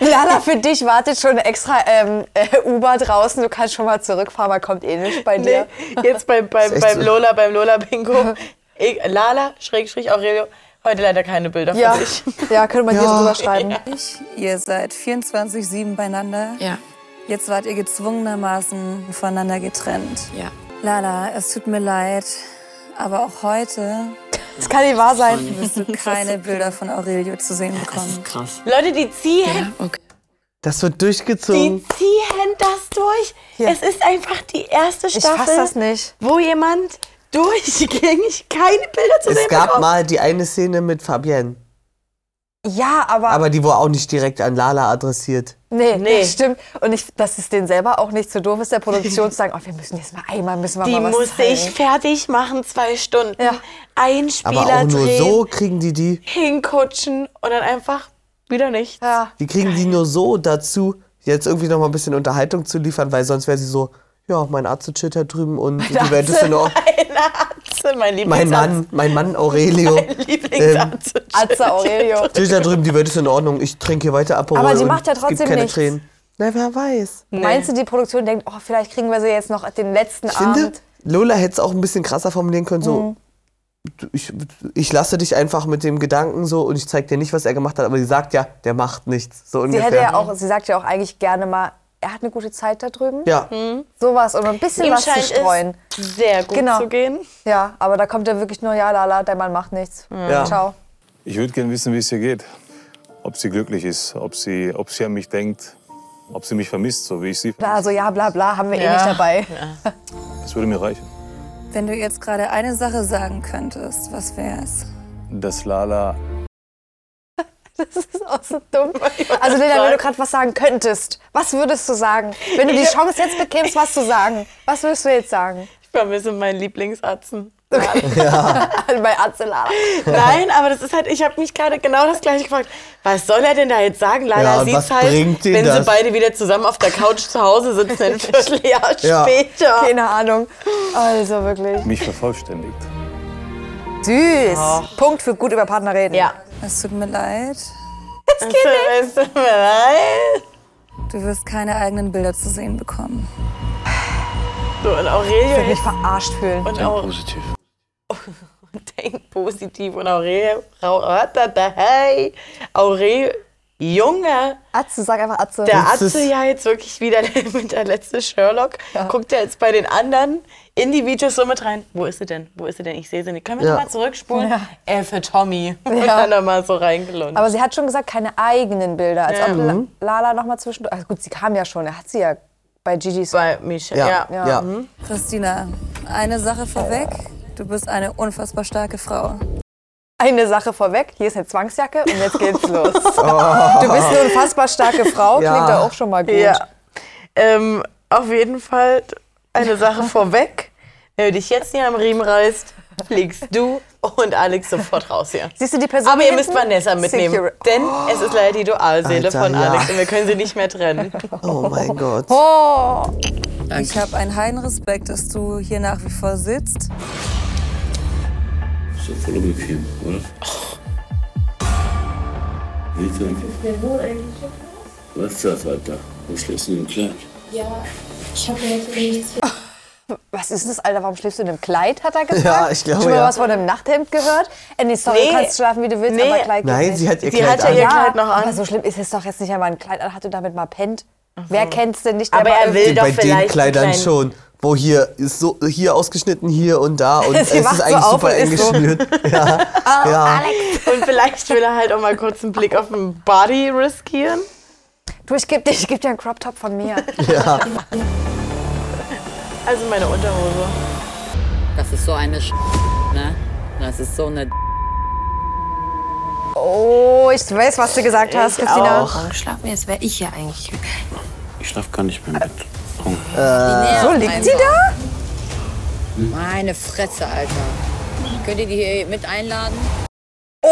[SPEAKER 1] Lala, für dich wartet schon eine extra ähm, äh, Uber draußen. Du kannst schon mal zurückfahren, man kommt eh nicht bei dir.
[SPEAKER 2] jetzt beim,
[SPEAKER 1] Ist
[SPEAKER 2] beim,
[SPEAKER 1] echt
[SPEAKER 2] beim
[SPEAKER 1] so.
[SPEAKER 2] Lola, beim Lola Bingo. Ich- Lala, schräg, schräg, Aurelio, heute leider keine Bilder
[SPEAKER 1] Ja.
[SPEAKER 2] von dich.
[SPEAKER 1] Ja, könnte man hier drüber schreiben.
[SPEAKER 16] Ihr seid 24-7 beieinander.
[SPEAKER 9] Ja.
[SPEAKER 16] Jetzt wart ihr gezwungenermaßen voneinander getrennt.
[SPEAKER 9] Ja.
[SPEAKER 16] Lala, es tut mir leid, aber auch heute.
[SPEAKER 1] Das kann nicht wahr sein.
[SPEAKER 16] Wirst du keine Bilder von Aurelio zu sehen bekommen.
[SPEAKER 3] Krass.
[SPEAKER 2] Leute, die ziehen,
[SPEAKER 3] Das wird durchgezogen.
[SPEAKER 2] ziehen das durch. Es ist einfach die erste
[SPEAKER 1] Ich
[SPEAKER 2] Staffel,
[SPEAKER 1] fass das nicht.
[SPEAKER 2] wo jemand durchgängig keine Bilder zu
[SPEAKER 3] Es
[SPEAKER 2] sehen
[SPEAKER 3] gab
[SPEAKER 2] bekommt.
[SPEAKER 3] mal die eine Szene mit Fabienne,
[SPEAKER 1] Ja, aber.
[SPEAKER 3] aber die wurde auch nicht direkt an Lala adressiert.
[SPEAKER 1] Nee, nee. stimmt. Und ich, dass es denen selber auch nicht so doof ist, der Produktion zu sagen, oh, wir müssen jetzt mal einmal müssen wir
[SPEAKER 2] Die
[SPEAKER 1] mal was
[SPEAKER 2] musste
[SPEAKER 1] zeigen.
[SPEAKER 2] ich fertig machen, zwei Stunden. Ein Spieler
[SPEAKER 3] Aber auch nur
[SPEAKER 2] drehen,
[SPEAKER 3] so kriegen die die.
[SPEAKER 2] hinkutschen und dann einfach wieder nichts.
[SPEAKER 3] Die kriegen die nur so dazu, jetzt irgendwie noch mal ein bisschen Unterhaltung zu liefern, weil sonst wäre sie so, ja, mein Arzt ist shit da drüben und die Welt ist in Ordnung.
[SPEAKER 2] Mein Atze, mein
[SPEAKER 3] Mein
[SPEAKER 2] Lieblingsatze.
[SPEAKER 3] Mann, Ähm. mein Mann Aurelio.
[SPEAKER 2] Mein Lieblingsatze.
[SPEAKER 1] Atze Aurelio.
[SPEAKER 3] Tisch da drüben, die Welt ist in Ordnung. Ich trinke hier weiter Aperol
[SPEAKER 1] Aber die
[SPEAKER 3] und
[SPEAKER 1] macht ja
[SPEAKER 3] es gibt
[SPEAKER 1] trotzdem
[SPEAKER 3] keine
[SPEAKER 1] nichts.
[SPEAKER 3] Tränen. Na, wer weiß.
[SPEAKER 1] Meinst du, die Produktion denkt, oh, vielleicht kriegen wir sie jetzt noch den letzten
[SPEAKER 3] Ich finde,
[SPEAKER 1] Abend?
[SPEAKER 3] Lola hätte es auch ein bisschen krasser formulieren können, so,
[SPEAKER 1] Mhm.
[SPEAKER 3] du- ich, ich lasse dich einfach mit dem Gedanken so und ich zeig dir nicht, was er gemacht hat, aber sie sagt ja, der macht nichts, so
[SPEAKER 1] Sie
[SPEAKER 3] ungefähr.
[SPEAKER 1] hätte
[SPEAKER 16] ne?
[SPEAKER 1] ja auch, sie sagt ja auch eigentlich gerne mal, er hat eine gute Zeit da drüben.
[SPEAKER 3] Ja.
[SPEAKER 1] Mhm. Sowas und ein bisschen
[SPEAKER 2] Ihm
[SPEAKER 1] was zu
[SPEAKER 2] scheint es
[SPEAKER 1] streuen.
[SPEAKER 2] sehr gut
[SPEAKER 3] Genau.
[SPEAKER 2] zu gehen.
[SPEAKER 1] Ja, aber da kommt ja wirklich nur, ja, lala, dein Mann macht nichts.
[SPEAKER 17] Ja.
[SPEAKER 1] Ciao.
[SPEAKER 17] Ich würde gerne wissen, wie es ihr geht. Ob sie glücklich ist, ob sie, ob sie an mich denkt, ob sie mich vermisst, so wie ich sie.
[SPEAKER 1] Bla, also ja, bla, bla, haben wir eh
[SPEAKER 16] Ja.
[SPEAKER 1] nicht dabei.
[SPEAKER 17] Das würde mir reichen.
[SPEAKER 16] Wenn du jetzt gerade eine Sache sagen könntest, was wär's?
[SPEAKER 17] Dass Lala
[SPEAKER 1] Das ist auch so dumm. Also Lena, wenn du gerade was sagen könntest, was würdest du sagen? Wenn du die
[SPEAKER 2] Ich-
[SPEAKER 1] Chance jetzt bekämst, was zu sagen, was würdest du jetzt sagen?
[SPEAKER 2] Ich vermisse meinen Lieblingsatzen.
[SPEAKER 1] Bei Azelala.
[SPEAKER 2] Nein, aber das ist halt, ich habe mich gerade genau das gleiche gefragt. Was soll er denn da jetzt sagen?
[SPEAKER 3] Ja,
[SPEAKER 2] Lala
[SPEAKER 3] und
[SPEAKER 2] sieht's
[SPEAKER 3] was
[SPEAKER 2] halt,
[SPEAKER 3] bringt ihm
[SPEAKER 2] wenn sie
[SPEAKER 3] das?
[SPEAKER 2] beide wieder zusammen auf der Couch zu Hause sitzen, ein Vierteljahr
[SPEAKER 17] Ja.
[SPEAKER 2] später.
[SPEAKER 1] Keine Ahnung. Also wirklich.
[SPEAKER 17] mich vervollständigt.
[SPEAKER 1] Süß. Punkt für gut über Partner reden. Ja.
[SPEAKER 16] Es tut mir leid.
[SPEAKER 2] Es geht nicht. Es tut mir leid.
[SPEAKER 16] Du wirst keine eigenen Bilder zu sehen bekommen.
[SPEAKER 2] So, und Aurelio.
[SPEAKER 16] Ich würd mich
[SPEAKER 1] verarscht fühlen.
[SPEAKER 2] Äh, Und auch,
[SPEAKER 10] positiv.
[SPEAKER 2] denk positiv. Und Aurelio. Hey, Aurelio. Junge.
[SPEAKER 1] Atze, sag einfach Atze.
[SPEAKER 2] Der
[SPEAKER 1] Das
[SPEAKER 2] Atze
[SPEAKER 1] ist-
[SPEAKER 2] ja jetzt wirklich wieder mit der letzte Sherlock. Guckt ja jetzt bei den anderen in die Videos so mit rein. Wo ist sie denn? Wo ist sie denn? Ich sehe sie nicht. Können wir
[SPEAKER 1] Ja.
[SPEAKER 2] nochmal zurückspulen?
[SPEAKER 1] Ja.
[SPEAKER 2] Äh, für Tommy. Und
[SPEAKER 1] Ja.
[SPEAKER 2] dann da mal so reingelunzt.
[SPEAKER 1] Aber sie hat schon gesagt, keine eigenen Bilder. Als
[SPEAKER 2] Ja.
[SPEAKER 1] ob La-
[SPEAKER 2] Mhm.
[SPEAKER 1] Lala nochmal zwischendurch. Also gut, sie kam ja schon. Er hat sie ja bei Gigi's.
[SPEAKER 2] Bei Michelle.
[SPEAKER 1] Ja. ja. Mhm.
[SPEAKER 16] Christina, eine Sache vorweg. Du bist eine unfassbar starke Frau.
[SPEAKER 1] Eine Sache vorweg, hier ist eine Zwangsjacke und jetzt geht's los. Du bist eine unfassbar starke Frau, klingt
[SPEAKER 2] Oh. Ja.
[SPEAKER 1] ja auch schon mal gut.
[SPEAKER 2] Ja. Ähm, auf jeden Fall eine Sache vorweg. Wenn du dich jetzt nicht am Riemen reißt, fliegst du und Alex sofort raus hier.
[SPEAKER 1] Siehst du die Person
[SPEAKER 2] Aber ihr
[SPEAKER 1] hinten?
[SPEAKER 2] müsst Vanessa mitnehmen.
[SPEAKER 1] Secure-
[SPEAKER 2] Denn es ist leider die Dualseele
[SPEAKER 3] Alter,
[SPEAKER 2] von
[SPEAKER 3] ja.
[SPEAKER 2] Alex und wir können sie nicht mehr trennen.
[SPEAKER 3] Oh mein Gott.
[SPEAKER 1] Oh.
[SPEAKER 16] Ich habe einen heilen Respekt, dass du hier nach wie vor sitzt.
[SPEAKER 4] Ist doch voll unbequem, oder? Bitte. Was ist das, Alter? Wo schläfst du denn klein?
[SPEAKER 1] Ja, ich habe jetzt nichts. Was ist das, Alter? Warum schläfst du in einem Kleid, hat er gesagt?
[SPEAKER 3] Ja, ich glaube,
[SPEAKER 1] Schon mal
[SPEAKER 3] ja.
[SPEAKER 1] was von einem Nachthemd gehört? Äh, nee, sorry,
[SPEAKER 2] Nee.
[SPEAKER 1] du kannst schlafen, wie du willst,
[SPEAKER 2] Nee.
[SPEAKER 1] aber Kleid geht
[SPEAKER 3] Nein,
[SPEAKER 1] nicht.
[SPEAKER 3] sie hat ihr Sie Kleid hatte an. ihr
[SPEAKER 2] Kleid noch an.
[SPEAKER 1] Aber so schlimm ist es doch jetzt nicht einmal ein Kleid an. Hat du damit mal pennt? Wer kennt's denn nicht? der
[SPEAKER 2] Aber
[SPEAKER 1] mal
[SPEAKER 2] er
[SPEAKER 1] irgendwie-
[SPEAKER 2] will Äh, doch
[SPEAKER 3] bei den
[SPEAKER 2] vielleicht einen
[SPEAKER 3] Kleidern
[SPEAKER 2] kleinen-
[SPEAKER 3] schon, wo hier ist so hier ausgeschnitten, hier und da und
[SPEAKER 2] Sie
[SPEAKER 3] es ist
[SPEAKER 2] wacht so
[SPEAKER 3] eigentlich
[SPEAKER 2] auf
[SPEAKER 3] super
[SPEAKER 2] und
[SPEAKER 3] eng
[SPEAKER 2] ist so.
[SPEAKER 3] geschnürt. Ja, ja.
[SPEAKER 2] Und vielleicht will er halt auch mal kurz einen Blick auf den Body riskieren.
[SPEAKER 1] Du, ich geb dir, ich geb dir einen Crop-Top von mir.
[SPEAKER 3] Ja.
[SPEAKER 2] Also meine Unterhose.
[SPEAKER 9] Das ist so eine Sch ne? Das ist so eine
[SPEAKER 1] Oh, ich weiß, was du gesagt hast, Christina.
[SPEAKER 9] Auch. Schlafen, jetzt wäre ich ja eigentlich.
[SPEAKER 4] Ich schlaf gar nicht mehr im Bett.
[SPEAKER 9] So
[SPEAKER 1] liegt sie da?
[SPEAKER 9] Meine Fresse, Alter. Könnt ihr die hier mit einladen?
[SPEAKER 1] Oh.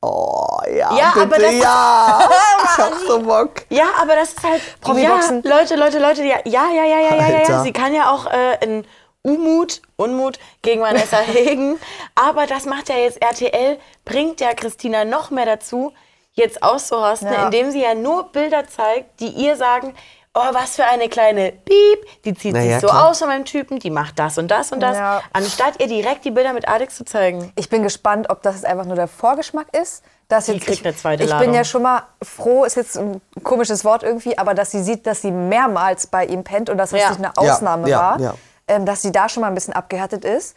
[SPEAKER 3] Oh, ja,
[SPEAKER 2] Ja,
[SPEAKER 3] bitte,
[SPEAKER 2] aber das-
[SPEAKER 3] ja. ich hab so Bock.
[SPEAKER 2] Ja, aber das ist halt.
[SPEAKER 3] Promi-Boxen.
[SPEAKER 2] Ja, Leute, Leute, Leute, ja, ja, ja, ja, ja, ja, ja,
[SPEAKER 3] Alter.
[SPEAKER 2] ja. Sie kann ja auch äh, in Unmut, Unmut gegen Vanessa hegen. Aber das macht ja jetzt RTL, bringt ja Christina noch mehr dazu, jetzt auszurasten,
[SPEAKER 1] Ja.
[SPEAKER 2] indem sie ja nur Bilder zeigt, die ihr sagen, oh, was für eine kleine Piep, die zieht
[SPEAKER 1] Na
[SPEAKER 2] sich
[SPEAKER 1] ja,
[SPEAKER 2] so
[SPEAKER 1] klar.
[SPEAKER 2] aus von meinem Typen, die macht das und das und das.
[SPEAKER 1] Ja.
[SPEAKER 2] Anstatt ihr direkt die Bilder mit Alex zu zeigen.
[SPEAKER 1] Ich bin gespannt, ob das jetzt einfach nur der Vorgeschmack ist. Dass
[SPEAKER 2] Die
[SPEAKER 1] jetzt,
[SPEAKER 2] kriegt eine zweite
[SPEAKER 1] Ich bin
[SPEAKER 2] Ladung.
[SPEAKER 1] ja schon mal froh, ist jetzt ein komisches Wort irgendwie, aber dass sie sieht, dass sie mehrmals bei ihm pennt und dass das
[SPEAKER 2] Ja.
[SPEAKER 1] nicht eine
[SPEAKER 3] Ja,
[SPEAKER 1] Ausnahme
[SPEAKER 3] ja,
[SPEAKER 1] war,
[SPEAKER 3] ja.
[SPEAKER 1] Ähm, dass sie da schon mal ein bisschen abgehärtet ist.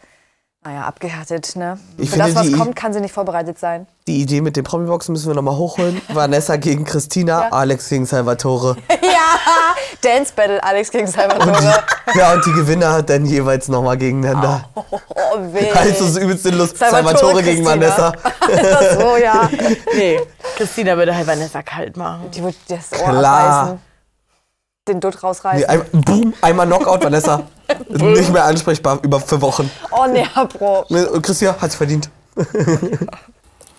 [SPEAKER 1] Naja, abgehärtet, ne?
[SPEAKER 3] Ich
[SPEAKER 1] Für
[SPEAKER 3] finde,
[SPEAKER 1] das, was
[SPEAKER 3] die-
[SPEAKER 1] kommt, kann sie nicht vorbereitet sein.
[SPEAKER 3] Die Idee mit den Promi-Boxen müssen wir nochmal hochholen. Vanessa gegen Christina, Alex gegen Salvatore.
[SPEAKER 1] ja, Dance Battle, Alex gegen Salvatore.
[SPEAKER 3] Ja, und die Gewinner hat dann jeweils nochmal gegeneinander.
[SPEAKER 1] Oh, weh.
[SPEAKER 3] Also, es ist übelst sinnlos. Salvatore gegen
[SPEAKER 2] Christina.
[SPEAKER 3] Vanessa.
[SPEAKER 1] Ach so, ja.
[SPEAKER 2] Nee, Christina würde halt Vanessa kalt machen.
[SPEAKER 1] Die würde das Ohr
[SPEAKER 3] Klar.
[SPEAKER 1] abreißen, den Dutt rausreißen.
[SPEAKER 3] Nee, ein, boom, einmal Knockout, Vanessa.
[SPEAKER 1] Boom.
[SPEAKER 3] Nicht mehr ansprechbar über für Wochen.
[SPEAKER 1] Oh, Neapro.
[SPEAKER 3] Nee, Und Christina hat's verdient.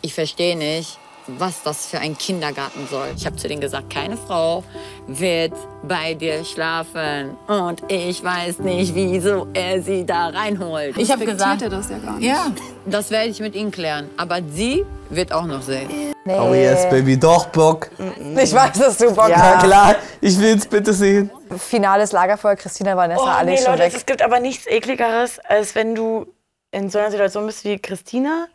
[SPEAKER 9] Ich verstehe nicht, was das für ein Kindergarten soll. Ich habe zu denen gesagt, keine Frau wird bei dir schlafen. Und ich weiß nicht, wieso er sie da reinholt. Ich habe
[SPEAKER 11] Respektiert
[SPEAKER 9] gesagt,
[SPEAKER 11] er das ja gar nicht.
[SPEAKER 9] ja, das werde ich mit ihnen klären. Aber sie wird auch noch sehen.
[SPEAKER 3] Oh yes, Baby, doch Bock.
[SPEAKER 1] Ich weiß, dass du Bock
[SPEAKER 3] Na
[SPEAKER 1] hast.
[SPEAKER 3] klar, ich will's bitte sehen.
[SPEAKER 1] Finales Lagerfeuer, Christina, Vanessa,
[SPEAKER 2] Oh,
[SPEAKER 1] Alex
[SPEAKER 2] nee,
[SPEAKER 1] schon
[SPEAKER 2] Leute,
[SPEAKER 1] weg.
[SPEAKER 2] es gibt aber nichts ekligeres, als wenn du in so einer Situation bist wie Christina.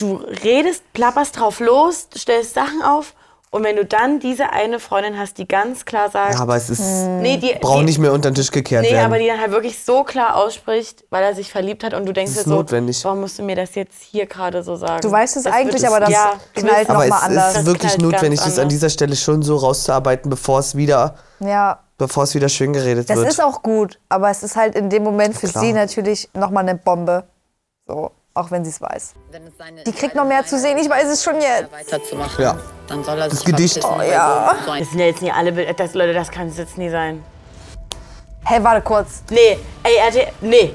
[SPEAKER 2] Du redest, plapperst drauf los, stellst Sachen auf und wenn du dann diese eine Freundin hast, die ganz klar sagt,
[SPEAKER 3] Ja, aber es ist.
[SPEAKER 1] Hm.
[SPEAKER 2] nee, die,
[SPEAKER 3] braucht
[SPEAKER 2] die,
[SPEAKER 3] nicht mehr unter den Tisch gekehrt
[SPEAKER 2] Nee,
[SPEAKER 3] werden.
[SPEAKER 2] aber die dann halt wirklich so klar ausspricht, weil er sich verliebt hat und du denkst
[SPEAKER 3] ist
[SPEAKER 2] dir so,
[SPEAKER 3] notwendig.
[SPEAKER 2] warum musst du mir das jetzt hier gerade so sagen?
[SPEAKER 1] Du weißt es
[SPEAKER 2] Das
[SPEAKER 1] eigentlich,
[SPEAKER 2] wird-
[SPEAKER 1] aber das
[SPEAKER 2] ja, du
[SPEAKER 1] knallt
[SPEAKER 2] willst-
[SPEAKER 1] noch mal
[SPEAKER 3] aber es
[SPEAKER 1] anders. halt
[SPEAKER 3] ist wirklich
[SPEAKER 2] Knallt ganz
[SPEAKER 3] notwendig, das an
[SPEAKER 2] anders.
[SPEAKER 3] dieser Stelle schon so rauszuarbeiten, bevor es wieder,
[SPEAKER 1] Ja,
[SPEAKER 3] bevor es wieder schön geredet
[SPEAKER 1] das
[SPEAKER 3] wird.
[SPEAKER 1] ist auch gut, aber es ist halt in dem Moment für
[SPEAKER 3] Klar.
[SPEAKER 1] sie natürlich nochmal eine Bombe. So, auch wenn sie es weiß. Die kriegt noch mehr zu sehen, ich weiß es schon jetzt.
[SPEAKER 9] Weiterzumachen.
[SPEAKER 3] Ja.
[SPEAKER 9] Dann soll er
[SPEAKER 3] Das
[SPEAKER 9] sich
[SPEAKER 3] Gedicht.
[SPEAKER 9] verpissen,
[SPEAKER 3] Oh,
[SPEAKER 9] weil
[SPEAKER 1] ja.
[SPEAKER 9] so- so ein
[SPEAKER 2] Das sind ja jetzt nie alle Bilder, das, Leute, das kann es jetzt nie sein.
[SPEAKER 1] Hey, warte kurz.
[SPEAKER 2] Nee, ey, RTL, nee.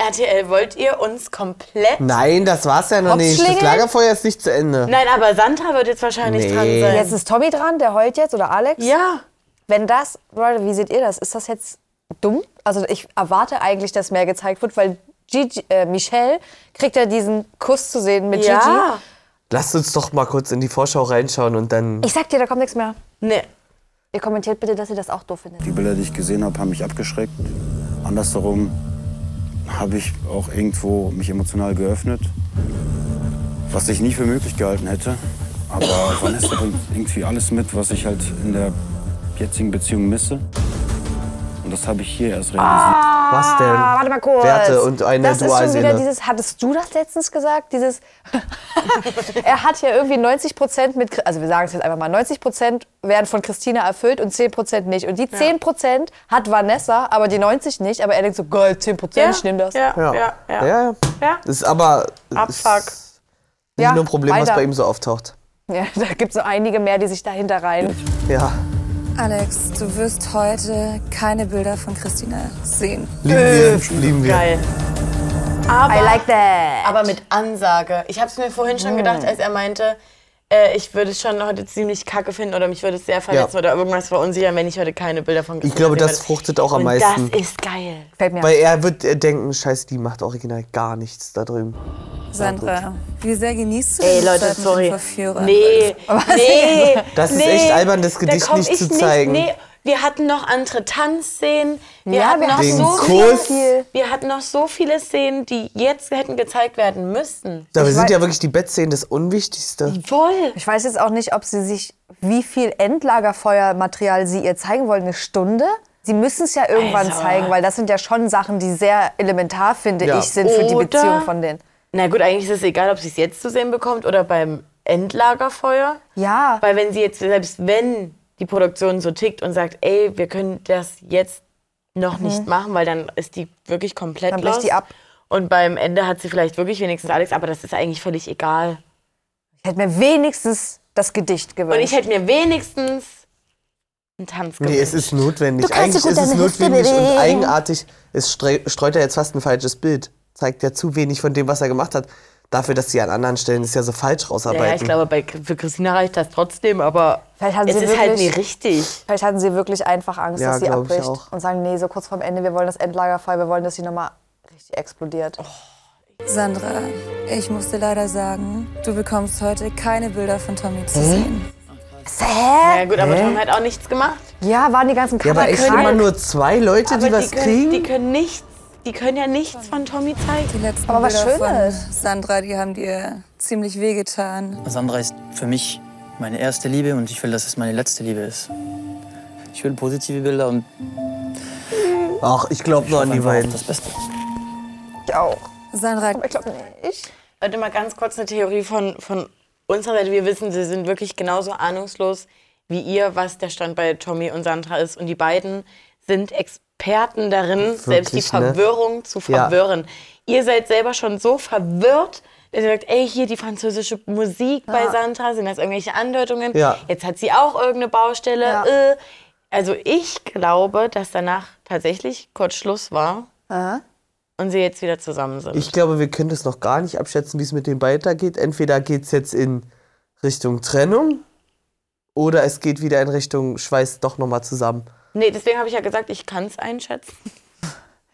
[SPEAKER 2] RTL, wollt ihr uns komplett?
[SPEAKER 3] Nein, das war's ja noch nicht. Das
[SPEAKER 2] Hopfschlingel?
[SPEAKER 3] Lagerfeuer ist nicht zu Ende.
[SPEAKER 2] Nein, aber Sandra wird jetzt wahrscheinlich
[SPEAKER 3] Nee.
[SPEAKER 2] dran sein.
[SPEAKER 1] Jetzt ist Tommy dran, der heult jetzt, oder Alex?
[SPEAKER 2] Ja.
[SPEAKER 1] Wenn das, Leute, wie seht ihr das? Ist das jetzt dumm? Also ich erwarte eigentlich, dass mehr gezeigt wird, weil Gigi, äh, Michelle kriegt ja diesen Kuss zu sehen mit
[SPEAKER 2] Ja.
[SPEAKER 1] Gigi.
[SPEAKER 3] Lasst uns doch mal kurz in die Vorschau reinschauen und dann.
[SPEAKER 1] Ich sag dir, da kommt nichts mehr.
[SPEAKER 2] Nee.
[SPEAKER 1] Ihr kommentiert bitte, dass ihr das auch doof findet.
[SPEAKER 4] Die Bilder, die ich gesehen habe, haben mich abgeschreckt. Andersherum habe ich auch irgendwo mich emotional geöffnet, was ich nie für möglich gehalten hätte. Aber Vanessa bringt irgendwie alles mit, was ich halt in der jetzigen Beziehung misse. Und das habe ich hier erst realisiert.
[SPEAKER 3] Was denn?
[SPEAKER 1] Ah, warte mal kurz.
[SPEAKER 3] Werte und eine
[SPEAKER 1] das ist schon wieder
[SPEAKER 3] Dualseele.
[SPEAKER 1] dieses, hattest du das letztens gesagt? Dieses, er hat ja irgendwie 90 Prozent mit, Chri- also wir sagen es jetzt einfach mal, 90 Prozent werden von Christina erfüllt und 10 Prozent nicht. Und die 10 Prozent hat Vanessa, aber die 90 nicht. Aber er denkt so, geil, 10 Prozent,
[SPEAKER 2] Ja,
[SPEAKER 1] ich nehme das.
[SPEAKER 2] ja,
[SPEAKER 3] Ja.
[SPEAKER 2] ja, ja.
[SPEAKER 3] ja.
[SPEAKER 2] Ja.
[SPEAKER 3] Das ist aber ist
[SPEAKER 2] Abfuck.
[SPEAKER 3] nicht
[SPEAKER 1] Ah, Ja,
[SPEAKER 3] nur ein Problem, was
[SPEAKER 1] weiter.
[SPEAKER 3] bei ihm so auftaucht.
[SPEAKER 1] Ja, da gibt es so einige mehr, die sich dahinter rein.
[SPEAKER 3] Ja.
[SPEAKER 16] Alex, du wirst heute keine Bilder von Christina sehen.
[SPEAKER 1] Äh.
[SPEAKER 3] Lieben wir. Lieben wir.
[SPEAKER 2] Geil. Aber,
[SPEAKER 1] I like that.
[SPEAKER 2] aber mit Ansage. Ich habe es mir vorhin
[SPEAKER 1] Hm.
[SPEAKER 2] schon gedacht, als er meinte, äh, ich würde es schon heute ziemlich kacke finden oder mich würde es sehr verletzen
[SPEAKER 3] Ja.
[SPEAKER 2] oder irgendwas verunsichern, wenn ich heute keine Bilder von
[SPEAKER 3] Ich glaube,
[SPEAKER 2] gesehen
[SPEAKER 3] das
[SPEAKER 2] hätte.
[SPEAKER 3] fruchtet auch am
[SPEAKER 2] Und
[SPEAKER 3] meisten.
[SPEAKER 2] Das ist geil.
[SPEAKER 1] Fällt mir
[SPEAKER 3] Weil
[SPEAKER 1] ein.
[SPEAKER 3] er wird äh, denken, scheiße, die macht original gar nichts da drüben.
[SPEAKER 16] Sandra, wie sehr genießt du
[SPEAKER 2] Ey,
[SPEAKER 16] diese
[SPEAKER 2] Leute,
[SPEAKER 16] Zeit mit
[SPEAKER 2] sorry.
[SPEAKER 16] dem Verführer?
[SPEAKER 2] Nee, nee.
[SPEAKER 3] Das ist
[SPEAKER 2] nee,
[SPEAKER 3] echt albern, das
[SPEAKER 2] da
[SPEAKER 3] Gedicht
[SPEAKER 2] komm
[SPEAKER 3] nicht
[SPEAKER 2] ich
[SPEAKER 3] zu zeigen.
[SPEAKER 2] Nee, wir hatten noch andere Tanzszenen. Wir
[SPEAKER 1] Ja,
[SPEAKER 2] hatten
[SPEAKER 1] wir
[SPEAKER 2] noch
[SPEAKER 3] hatten
[SPEAKER 2] so
[SPEAKER 3] Den
[SPEAKER 2] viele,
[SPEAKER 3] Kuss.
[SPEAKER 2] Wir hatten noch so viele Szenen, die jetzt hätten gezeigt werden müssen.
[SPEAKER 3] Da sind
[SPEAKER 1] weiß-
[SPEAKER 3] ja wirklich die Bettszenen das Unwichtigste.
[SPEAKER 2] Voll.
[SPEAKER 1] Ich weiß jetzt auch nicht, ob sie sich, wie viel Endlagerfeuermaterial sie ihr zeigen wollen. Eine Stunde? Sie müssen es ja irgendwann
[SPEAKER 2] Also.
[SPEAKER 1] zeigen, weil das sind ja schon Sachen, die sehr elementar, finde
[SPEAKER 3] Ja.
[SPEAKER 1] ich, sind für die
[SPEAKER 2] Oder-
[SPEAKER 1] Beziehung von denen.
[SPEAKER 2] Na gut, eigentlich ist es egal, ob sie es jetzt zu sehen bekommt oder beim Endlagerfeuer.
[SPEAKER 1] Ja.
[SPEAKER 2] Weil wenn sie jetzt, selbst wenn die Produktion so tickt und sagt, ey, wir können das jetzt noch nicht machen, weil dann ist die wirklich komplett
[SPEAKER 1] Mhm. Dann bricht
[SPEAKER 2] lost.
[SPEAKER 1] die ab.
[SPEAKER 2] Und beim Ende hat sie vielleicht wirklich wenigstens Alex, aber das ist eigentlich völlig egal.
[SPEAKER 1] Ich hätte mir wenigstens das Gedicht gewünscht.
[SPEAKER 2] Und ich hätte mir wenigstens einen Tanz gewünscht.
[SPEAKER 3] Nee, es ist notwendig.
[SPEAKER 1] Du kannst
[SPEAKER 3] Eigentlich
[SPEAKER 1] so
[SPEAKER 3] ist
[SPEAKER 1] gut
[SPEAKER 3] es
[SPEAKER 1] deine Hüfte
[SPEAKER 3] notwendig und
[SPEAKER 1] bewegen.
[SPEAKER 3] eigenartig. Es stre- streut ja jetzt fast ein falsches Bild. Zeigt ja zu wenig von dem, was er gemacht hat. Dafür, dass sie an anderen Stellen es ja so falsch rausarbeiten.
[SPEAKER 2] Ja, ich glaube, bei, für Christina reicht das trotzdem, aber
[SPEAKER 1] Vielleicht hatten
[SPEAKER 2] es
[SPEAKER 1] sie
[SPEAKER 2] ist
[SPEAKER 1] wirklich,
[SPEAKER 2] halt nie richtig.
[SPEAKER 1] Vielleicht hatten sie wirklich einfach Angst,
[SPEAKER 2] Ja,
[SPEAKER 1] dass sie
[SPEAKER 2] glaub ich
[SPEAKER 1] abbricht
[SPEAKER 2] auch.
[SPEAKER 1] und sagen, nee, so kurz vorm Ende, wir wollen das Endlager frei, wir wollen, dass die nochmal richtig explodiert.
[SPEAKER 2] Oh.
[SPEAKER 16] Sandra, ich muss dir leider sagen, du bekommst heute keine Bilder von Tommy zu sehen.
[SPEAKER 1] Hä?
[SPEAKER 2] Ja gut, aber
[SPEAKER 16] Hä?
[SPEAKER 2] Tom hat auch nichts gemacht.
[SPEAKER 1] Ja, waren die ganzen
[SPEAKER 3] Ja, aber echt immer nur zwei Leute,
[SPEAKER 2] Aber
[SPEAKER 3] die was
[SPEAKER 2] können,
[SPEAKER 3] kriegen?
[SPEAKER 2] Die können nichts, die können ja nichts von Tommy zeigen.
[SPEAKER 16] Die letzten
[SPEAKER 2] Aber was
[SPEAKER 16] Bilder
[SPEAKER 2] Schönes.
[SPEAKER 16] von Sandra, die haben dir ziemlich wehgetan.
[SPEAKER 7] Sandra ist für mich meine erste Liebe und ich will, dass es meine letzte Liebe ist. Ich will positive Bilder und.
[SPEAKER 3] Ach, ich glaube
[SPEAKER 7] nur an die beiden. Das Beste.
[SPEAKER 1] Ich auch.
[SPEAKER 16] Sandra,
[SPEAKER 1] ich glaube nicht.
[SPEAKER 2] Warte mal ganz kurz eine Theorie von, von unserer Seite. Wir wissen, sie sind wirklich genauso ahnungslos wie ihr, was der Stand bei Tommy und Sandra ist. Und die beiden sind Experten darin, selbst die
[SPEAKER 3] Wirklich, ne?
[SPEAKER 2] Verwirrung zu
[SPEAKER 3] Ja.
[SPEAKER 2] verwirren. Ihr seid selber schon so verwirrt, dass ihr sagt, ey, hier die französische Musik bei Sandra, sind das irgendwelche Andeutungen?
[SPEAKER 9] Ja.
[SPEAKER 2] Jetzt hat sie auch irgendeine Baustelle. Äh. Also ich glaube, dass danach tatsächlich kurz Schluss war und sie jetzt wieder zusammen sind.
[SPEAKER 3] Ich glaube, wir können das noch gar nicht abschätzen, wie es mit dem weitergeht. Entweder geht es jetzt in Richtung Trennung oder es geht wieder in Richtung Schweiß doch nochmal zusammen.
[SPEAKER 2] Nee, deswegen habe ich ja gesagt, ich kann es einschätzen.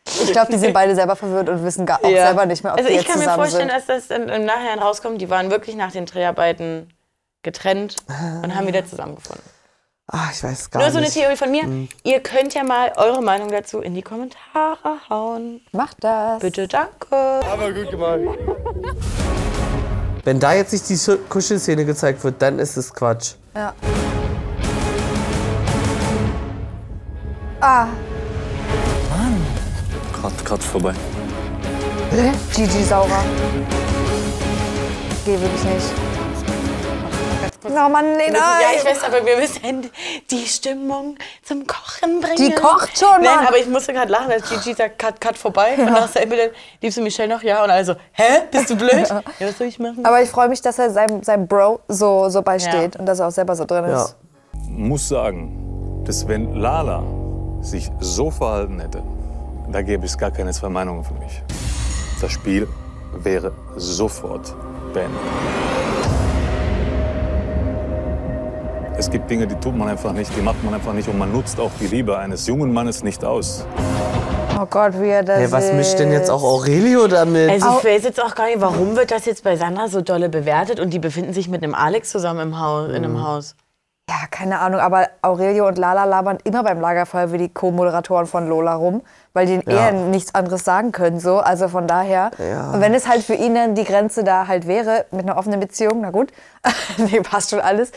[SPEAKER 1] Ich glaube, die sind beide selber verwirrt und wissen gar auch
[SPEAKER 2] Ja.
[SPEAKER 1] selber nicht mehr, ob
[SPEAKER 2] Also
[SPEAKER 1] die
[SPEAKER 2] ich
[SPEAKER 1] jetzt
[SPEAKER 2] kann mir
[SPEAKER 1] zusammen
[SPEAKER 2] vorstellen,
[SPEAKER 1] sind.
[SPEAKER 2] dass das im, im Nachhinein rauskommt, die waren wirklich nach den Dreharbeiten getrennt und haben wieder zusammengefunden.
[SPEAKER 3] Ah, ich weiß gar
[SPEAKER 2] Nur
[SPEAKER 3] nicht.
[SPEAKER 2] so eine Theorie von mir.
[SPEAKER 3] Hm.
[SPEAKER 2] Ihr könnt ja mal eure Meinung dazu in die Kommentare hauen.
[SPEAKER 1] Macht das.
[SPEAKER 2] Bitte, danke. Aber
[SPEAKER 15] gut gemacht.
[SPEAKER 3] Wenn da jetzt nicht die Schu- Kuschelszene gezeigt wird, dann ist es Quatsch.
[SPEAKER 1] Ja. Ah,
[SPEAKER 10] Gerade grad vorbei.
[SPEAKER 1] Hä? Gigi Saurer. Geh wirklich nicht. Na Mann, nee, nein.
[SPEAKER 2] Wir müssen- Ja, ich weiß, aber wir müssen die Stimmung zum Kochen bringen.
[SPEAKER 1] Die kocht schon,
[SPEAKER 2] Nein,
[SPEAKER 1] Mann.
[SPEAKER 2] aber ich musste gerade lachen, als Gigi sagt, cut, cut vorbei. Und nach der Ende, liebst du Michelle noch? Ja. Und also, hä? Bist du blöd? ja, was soll ich machen?
[SPEAKER 1] Aber ich freue mich, dass er seinem, seinem Bro so, so beisteht und dass er auch selber so drin ist.
[SPEAKER 17] muss sagen, dass wenn Lala sich so verhalten hätte, da gäbe es gar keine zwei Meinungen für mich. Das Spiel wäre sofort beendet. Es gibt Dinge, die tut man einfach nicht, die macht man einfach nicht und man nutzt auch die Liebe eines jungen Mannes nicht aus.
[SPEAKER 1] Oh Gott, wie er das
[SPEAKER 3] Hey, was mischt denn jetzt auch Aurelio damit?
[SPEAKER 2] Also ich weiß jetzt auch gar nicht, warum wird das jetzt bei Sandra so dolle bewertet und die befinden sich mit einem Alex zusammen im Haus, in
[SPEAKER 1] Mhm.
[SPEAKER 2] einem Haus.
[SPEAKER 1] Ja, keine Ahnung, aber Aurelio und Lala labern immer beim Lagerfeuer wie die Co-Moderatoren von Lola rum, weil die
[SPEAKER 2] Ja.
[SPEAKER 1] eher nichts anderes sagen können, so. Also von daher.
[SPEAKER 2] Ja.
[SPEAKER 1] Und wenn es halt für ihn dann die Grenze da halt wäre, mit einer offenen Beziehung, na gut, nee, passt schon alles.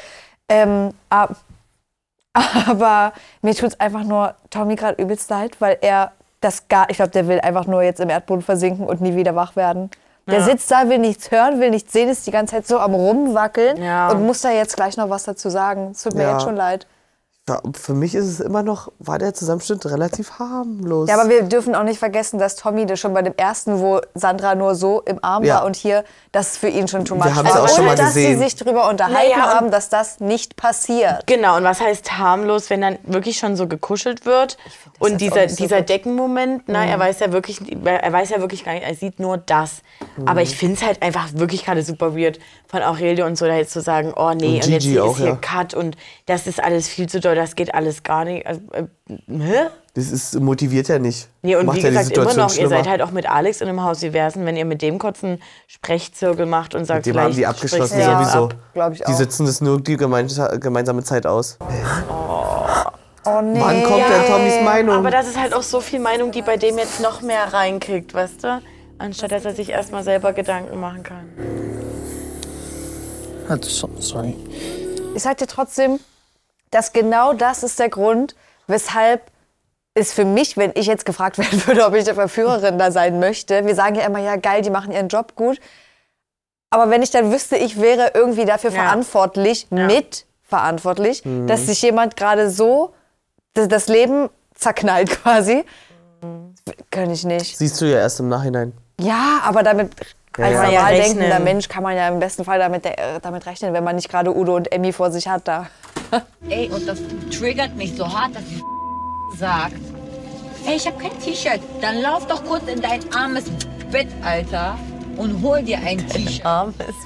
[SPEAKER 1] Ähm, ab, aber mir tut es einfach nur Tommy gerade übelst leid, weil er das gar, ich glaube, der will einfach nur jetzt im Erdboden versinken und nie wieder wach werden. Der
[SPEAKER 2] Ja.
[SPEAKER 1] sitzt da, will nichts hören, will nichts sehen, ist die ganze Zeit so am Rumwackeln und muss da jetzt gleich noch was dazu sagen. Es tut mir
[SPEAKER 3] Ja.
[SPEAKER 1] jetzt schon leid.
[SPEAKER 3] Ja, Für mich ist es immer noch, war der Zusammenschnitt relativ harmlos.
[SPEAKER 1] Ja, aber wir dürfen auch nicht vergessen, dass Tommy das schon bei dem ersten, wo Sandra nur so im Arm
[SPEAKER 3] Ja.
[SPEAKER 1] war und hier, das ist für ihn schon too much. Also
[SPEAKER 3] Wir haben's auch schon
[SPEAKER 1] ohne,
[SPEAKER 3] mal
[SPEAKER 1] dass
[SPEAKER 3] gesehen.
[SPEAKER 1] sie sich drüber unterhalten
[SPEAKER 2] Naja, und-
[SPEAKER 1] haben, dass das nicht passiert.
[SPEAKER 2] Genau, und was heißt harmlos, wenn dann wirklich schon so gekuschelt wird? Und
[SPEAKER 1] jetzt auch
[SPEAKER 2] dieser,
[SPEAKER 1] nicht so
[SPEAKER 2] dieser
[SPEAKER 1] gut.
[SPEAKER 2] Deckenmoment, nein,
[SPEAKER 1] Mhm.
[SPEAKER 2] er weiß ja wirklich, er weiß ja wirklich gar nicht, er sieht nur das. Aber
[SPEAKER 1] Mhm.
[SPEAKER 2] ich finde es halt einfach wirklich gerade super weird von Aurelio und so da jetzt zu sagen, oh nee,
[SPEAKER 3] Und
[SPEAKER 2] und, jetzt
[SPEAKER 3] Gigi
[SPEAKER 2] ist
[SPEAKER 3] auch,
[SPEAKER 2] hier
[SPEAKER 3] ja.
[SPEAKER 2] Cut und das ist alles viel zu doll, das geht alles gar nicht. Also, äh, hä?
[SPEAKER 3] Das ist, motiviert ja nicht.
[SPEAKER 2] Nee, und
[SPEAKER 3] Macht
[SPEAKER 2] wie
[SPEAKER 3] ja die
[SPEAKER 2] gesagt, immer
[SPEAKER 3] Situation
[SPEAKER 2] noch, ihr
[SPEAKER 3] schlimmer.
[SPEAKER 2] seid halt auch mit Alex in einem Haus, wie wär's denn, wenn ihr mit dem kurz einen Sprechzirkel macht und sagt,
[SPEAKER 3] Mit dem
[SPEAKER 2] vielleicht
[SPEAKER 3] haben die abgeschlossen
[SPEAKER 2] spricht ihr jetzt
[SPEAKER 3] sowieso.
[SPEAKER 2] ab.
[SPEAKER 3] Die sitzen das nur die gemeinsa- gemeinsame Zeit aus.
[SPEAKER 1] Oh nee.
[SPEAKER 3] Wann kommt denn Tommys Meinung?
[SPEAKER 2] Aber das ist halt auch so viel Meinung, die bei dem jetzt noch mehr reinkickt, weißt du? Anstatt dass er sich erstmal selber Gedanken machen kann.
[SPEAKER 7] Ah, so- Sorry.
[SPEAKER 1] ich sag dir trotzdem, dass genau das ist der Grund, weshalb es für mich, wenn ich jetzt gefragt werden würde, ob ich der Verführerin da sein möchte, wir sagen ja immer, ja geil, die machen ihren Job gut. Aber wenn ich dann wüsste, ich wäre irgendwie dafür verantwortlich, mitverantwortlich,
[SPEAKER 2] Mhm.
[SPEAKER 1] dass sich jemand gerade so d- das Leben zerknallt quasi, kann ich nicht.
[SPEAKER 3] Siehst du ja erst im Nachhinein.
[SPEAKER 1] Ja, aber damit
[SPEAKER 3] Ja,
[SPEAKER 1] als
[SPEAKER 3] ja.
[SPEAKER 1] normal
[SPEAKER 3] Ja, rechnen.
[SPEAKER 1] denkender Mensch kann man ja im besten Fall damit, äh, damit rechnen, wenn man nicht gerade Udo und Emmy vor sich hat da.
[SPEAKER 9] Ey, und das triggert mich so hart, dass die sagt, ey, ich habe kein T-Shirt. Dann lauf doch kurz in dein armes Bett, Alter. und hol dir ein T-Shirt.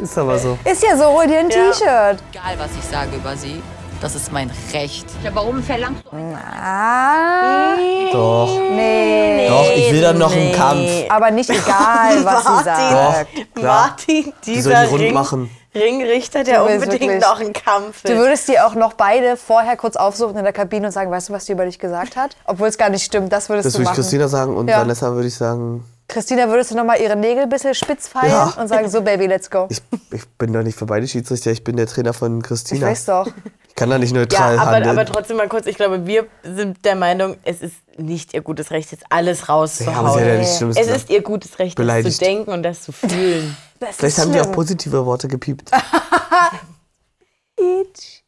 [SPEAKER 3] Ist aber so.
[SPEAKER 1] Ist ja Mm, so, hol dir ein
[SPEAKER 9] Ja.
[SPEAKER 1] T-Shirt.
[SPEAKER 9] Egal, was ich sage über sie, das ist mein Recht. Ja, warum verlangst du
[SPEAKER 1] Na,
[SPEAKER 3] Doch.
[SPEAKER 1] nee. Äh,
[SPEAKER 3] Doch, ich will dann noch einen Kampf.
[SPEAKER 1] Aber nicht egal, was sie sagt.
[SPEAKER 3] Doch, klar.
[SPEAKER 2] Martin,
[SPEAKER 3] Die soll
[SPEAKER 2] dieser
[SPEAKER 3] die rund
[SPEAKER 2] Ring,
[SPEAKER 3] machen.
[SPEAKER 2] Ringrichter, der
[SPEAKER 1] Du willst
[SPEAKER 2] unbedingt
[SPEAKER 1] wirklich-
[SPEAKER 2] noch einen Kampf
[SPEAKER 1] Du würdest die auch noch beide vorher kurz aufsuchen in der Kabine und sagen, weißt du, was die über dich gesagt hat? Obwohl es gar nicht stimmt, das würdest
[SPEAKER 3] Das
[SPEAKER 1] du
[SPEAKER 3] würde
[SPEAKER 1] machen.
[SPEAKER 3] ich Christina sagen und
[SPEAKER 1] ja.
[SPEAKER 3] Vanessa würde ich sagen,
[SPEAKER 1] Christina, würdest du noch mal ihre Nägel ein bisschen spitz feilen
[SPEAKER 3] Ja.
[SPEAKER 1] und sagen, so Baby, let's go.
[SPEAKER 3] ich bin doch nicht für beide Schiedsrichter, ich bin der Trainer von
[SPEAKER 1] Ich
[SPEAKER 3] Christina.
[SPEAKER 1] weiß doch.
[SPEAKER 3] Ich kann da nicht neutral
[SPEAKER 2] Ja, aber,
[SPEAKER 3] handeln.
[SPEAKER 2] aber trotzdem mal kurz, ich glaube, wir sind der Meinung, es ist nicht ihr gutes Recht, jetzt alles
[SPEAKER 3] Ja, aber
[SPEAKER 2] rauszuhauen.
[SPEAKER 3] sie hat ja nichts Schlimmes
[SPEAKER 2] es
[SPEAKER 3] gesagt.
[SPEAKER 2] ist ihr gutes Recht, das
[SPEAKER 3] Beleidigt.
[SPEAKER 2] zu denken und das zu fühlen.
[SPEAKER 3] Vielleicht haben die auch positive Worte gepiept.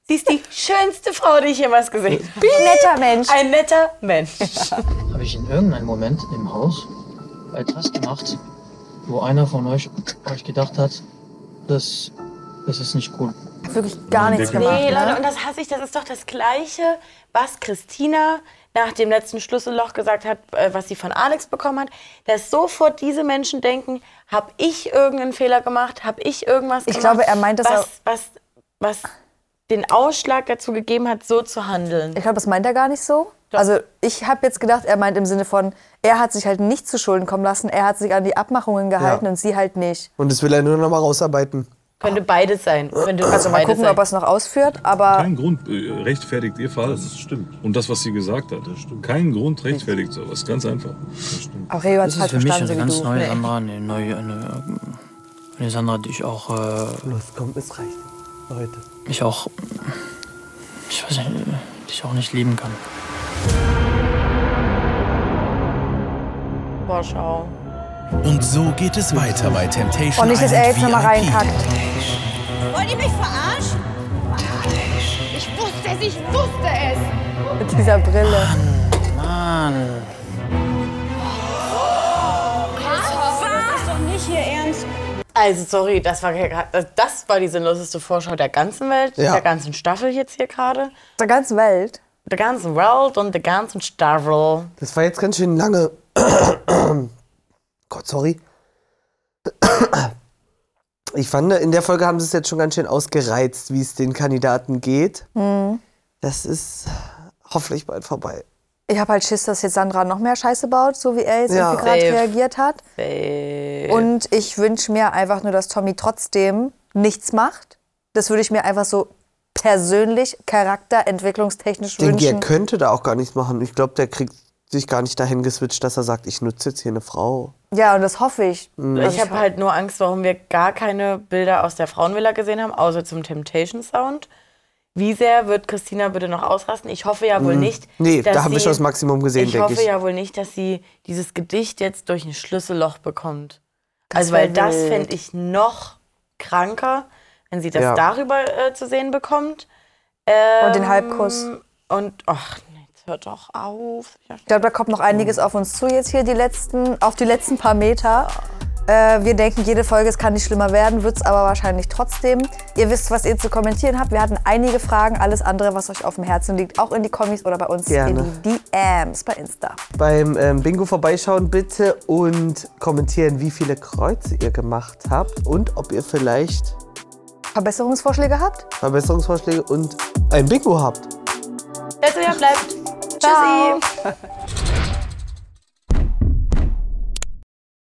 [SPEAKER 2] Sie ist die schönste Frau, die ich jemals gesehen habe.
[SPEAKER 1] Ein netter Mensch.
[SPEAKER 2] Ein netter Mensch.
[SPEAKER 7] Habe ich in irgendeinem Moment im Haus etwas gemacht, wo einer von euch, euch gedacht hat, das, das ist nicht cool?
[SPEAKER 1] Wirklich gar nichts gemacht.
[SPEAKER 2] Nee, Leute,
[SPEAKER 1] Ne?
[SPEAKER 2] und das hasse ich. Das ist doch das Gleiche, was Christina nach dem letzten Schlüsselloch gesagt hat, äh, was sie von Alex bekommen hat. Dass sofort diese Menschen denken, hab ich irgendeinen Fehler gemacht? Hab ich irgendwas
[SPEAKER 1] Ich
[SPEAKER 2] gemacht?
[SPEAKER 1] glaube, er meint das
[SPEAKER 2] was,
[SPEAKER 1] auch-
[SPEAKER 2] was, was den Ausschlag dazu gegeben hat, so zu handeln.
[SPEAKER 1] Ich glaube, das meint er gar nicht so. Also ich habe jetzt gedacht, er meint im Sinne von, er hat sich halt nicht zu Schulden kommen lassen, er hat sich an die Abmachungen gehalten
[SPEAKER 3] Ja.
[SPEAKER 1] und sie halt nicht.
[SPEAKER 3] Und das will er nur noch mal rausarbeiten.
[SPEAKER 2] Könnte beides sein. Könnte
[SPEAKER 1] Also mal
[SPEAKER 2] beides
[SPEAKER 1] gucken,
[SPEAKER 2] sein.
[SPEAKER 1] ob er es noch ausführt, aber
[SPEAKER 17] Kein Grund äh, rechtfertigt ihr Fall. Das stimmt. Und das, was sie gesagt hat. Kein Grund rechtfertigt sowas. Ganz einfach.
[SPEAKER 1] auch Reo hat es
[SPEAKER 12] Das ist
[SPEAKER 1] falsch
[SPEAKER 12] für mich
[SPEAKER 1] verstanden,
[SPEAKER 12] eine ganz
[SPEAKER 1] so wie du.
[SPEAKER 12] neue
[SPEAKER 1] Nee.
[SPEAKER 12] Sandra, eine neue, eine, eine Sandra, die ich auch, äh,
[SPEAKER 3] Los, komm, es reicht. Leute.
[SPEAKER 12] ich auch, ich weiß nicht, die ich auch nicht lieben kann.
[SPEAKER 2] Vorschau.
[SPEAKER 18] Und so geht es weiter bei Temptation
[SPEAKER 1] Und nicht, dass er
[SPEAKER 18] Island
[SPEAKER 1] jetzt nochmal
[SPEAKER 18] VIP.
[SPEAKER 1] reinkackt.
[SPEAKER 19] Wollt ihr mich verarschen? Ich wusste es, ich wusste es!
[SPEAKER 1] Mit dieser Brille.
[SPEAKER 12] Mann.
[SPEAKER 19] Das ist doch nicht ihr Ernst.
[SPEAKER 2] Also sorry, das war, also das war die sinnloseste Vorschau der ganzen Welt,
[SPEAKER 1] Ja.
[SPEAKER 2] der ganzen Staffel jetzt hier gerade.
[SPEAKER 1] Der ganzen Welt?
[SPEAKER 2] Der ganzen Welt und der ganzen Staffel.
[SPEAKER 3] Das war jetzt ganz schön lange. Gott, sorry. Ich fand, in der Folge haben sie es jetzt schon ganz schön ausgereizt, wie es den Kandidaten geht.
[SPEAKER 2] Mhm.
[SPEAKER 1] Hm.
[SPEAKER 3] Das ist hoffentlich bald vorbei.
[SPEAKER 1] Ich habe halt Schiss, dass jetzt Sandra noch mehr Scheiße baut, so wie er jetzt
[SPEAKER 3] Ja.
[SPEAKER 1] irgendwie gerade
[SPEAKER 3] Safe.
[SPEAKER 1] reagiert hat. Und ich wünsche mir einfach nur, dass Tommy trotzdem nichts macht. Das würde ich mir einfach so persönlich, charakterentwicklungstechnisch
[SPEAKER 3] Ich denke,
[SPEAKER 1] wünschen.
[SPEAKER 3] er könnte da auch gar nichts machen. Ich glaube, der kriegt sich gar nicht dahin geswitcht, dass er sagt, ich nutze jetzt hier eine Frau.
[SPEAKER 1] Ja, und das hoffe ich.
[SPEAKER 3] Mhm.
[SPEAKER 2] Ich habe halt nur Angst, warum wir gar keine Bilder aus der Frauenvilla gesehen haben, außer zum Temptation Sound. Wie sehr wird Christina bitte noch ausrasten? Ich hoffe ja wohl
[SPEAKER 3] Mhm.
[SPEAKER 2] nicht.
[SPEAKER 3] Nee,
[SPEAKER 2] dass
[SPEAKER 3] da haben wir
[SPEAKER 2] sie-
[SPEAKER 3] schon das Maximum gesehen,
[SPEAKER 2] Ich
[SPEAKER 3] denk
[SPEAKER 2] hoffe
[SPEAKER 3] ich.
[SPEAKER 2] ja wohl nicht, dass sie dieses Gedicht jetzt durch ein Schlüsselloch bekommt.
[SPEAKER 1] Das
[SPEAKER 2] also, weil
[SPEAKER 1] wär
[SPEAKER 2] das
[SPEAKER 1] wild.
[SPEAKER 2] fände ich noch kranker, wenn sie das
[SPEAKER 1] Ja.
[SPEAKER 2] darüber äh, zu sehen bekommt.
[SPEAKER 1] Und den Halbkuss.
[SPEAKER 2] Ähm, Und, ach, nee, jetzt hört doch auf.
[SPEAKER 1] Ich glaube, da kommt noch einiges auf uns zu jetzt hier die letzten, auf die letzten paar Meter. Äh, wir denken, jede Folge, es kann nicht schlimmer werden, wird es aber wahrscheinlich trotzdem. Ihr wisst, was ihr zu kommentieren habt. Wir hatten einige Fragen, alles andere, was euch auf dem Herzen liegt, auch in die Kommis oder bei uns
[SPEAKER 3] Gerne.
[SPEAKER 1] in die DMs bei Insta.
[SPEAKER 3] Beim ähm, Bingo vorbeischauen bitte und kommentieren, wie viele Kreuze ihr gemacht habt und ob ihr vielleicht
[SPEAKER 1] Verbesserungsvorschläge habt?
[SPEAKER 3] Verbesserungsvorschläge und ein Bingo habt.
[SPEAKER 2] Wettbewerb bleibt. Tschüssi.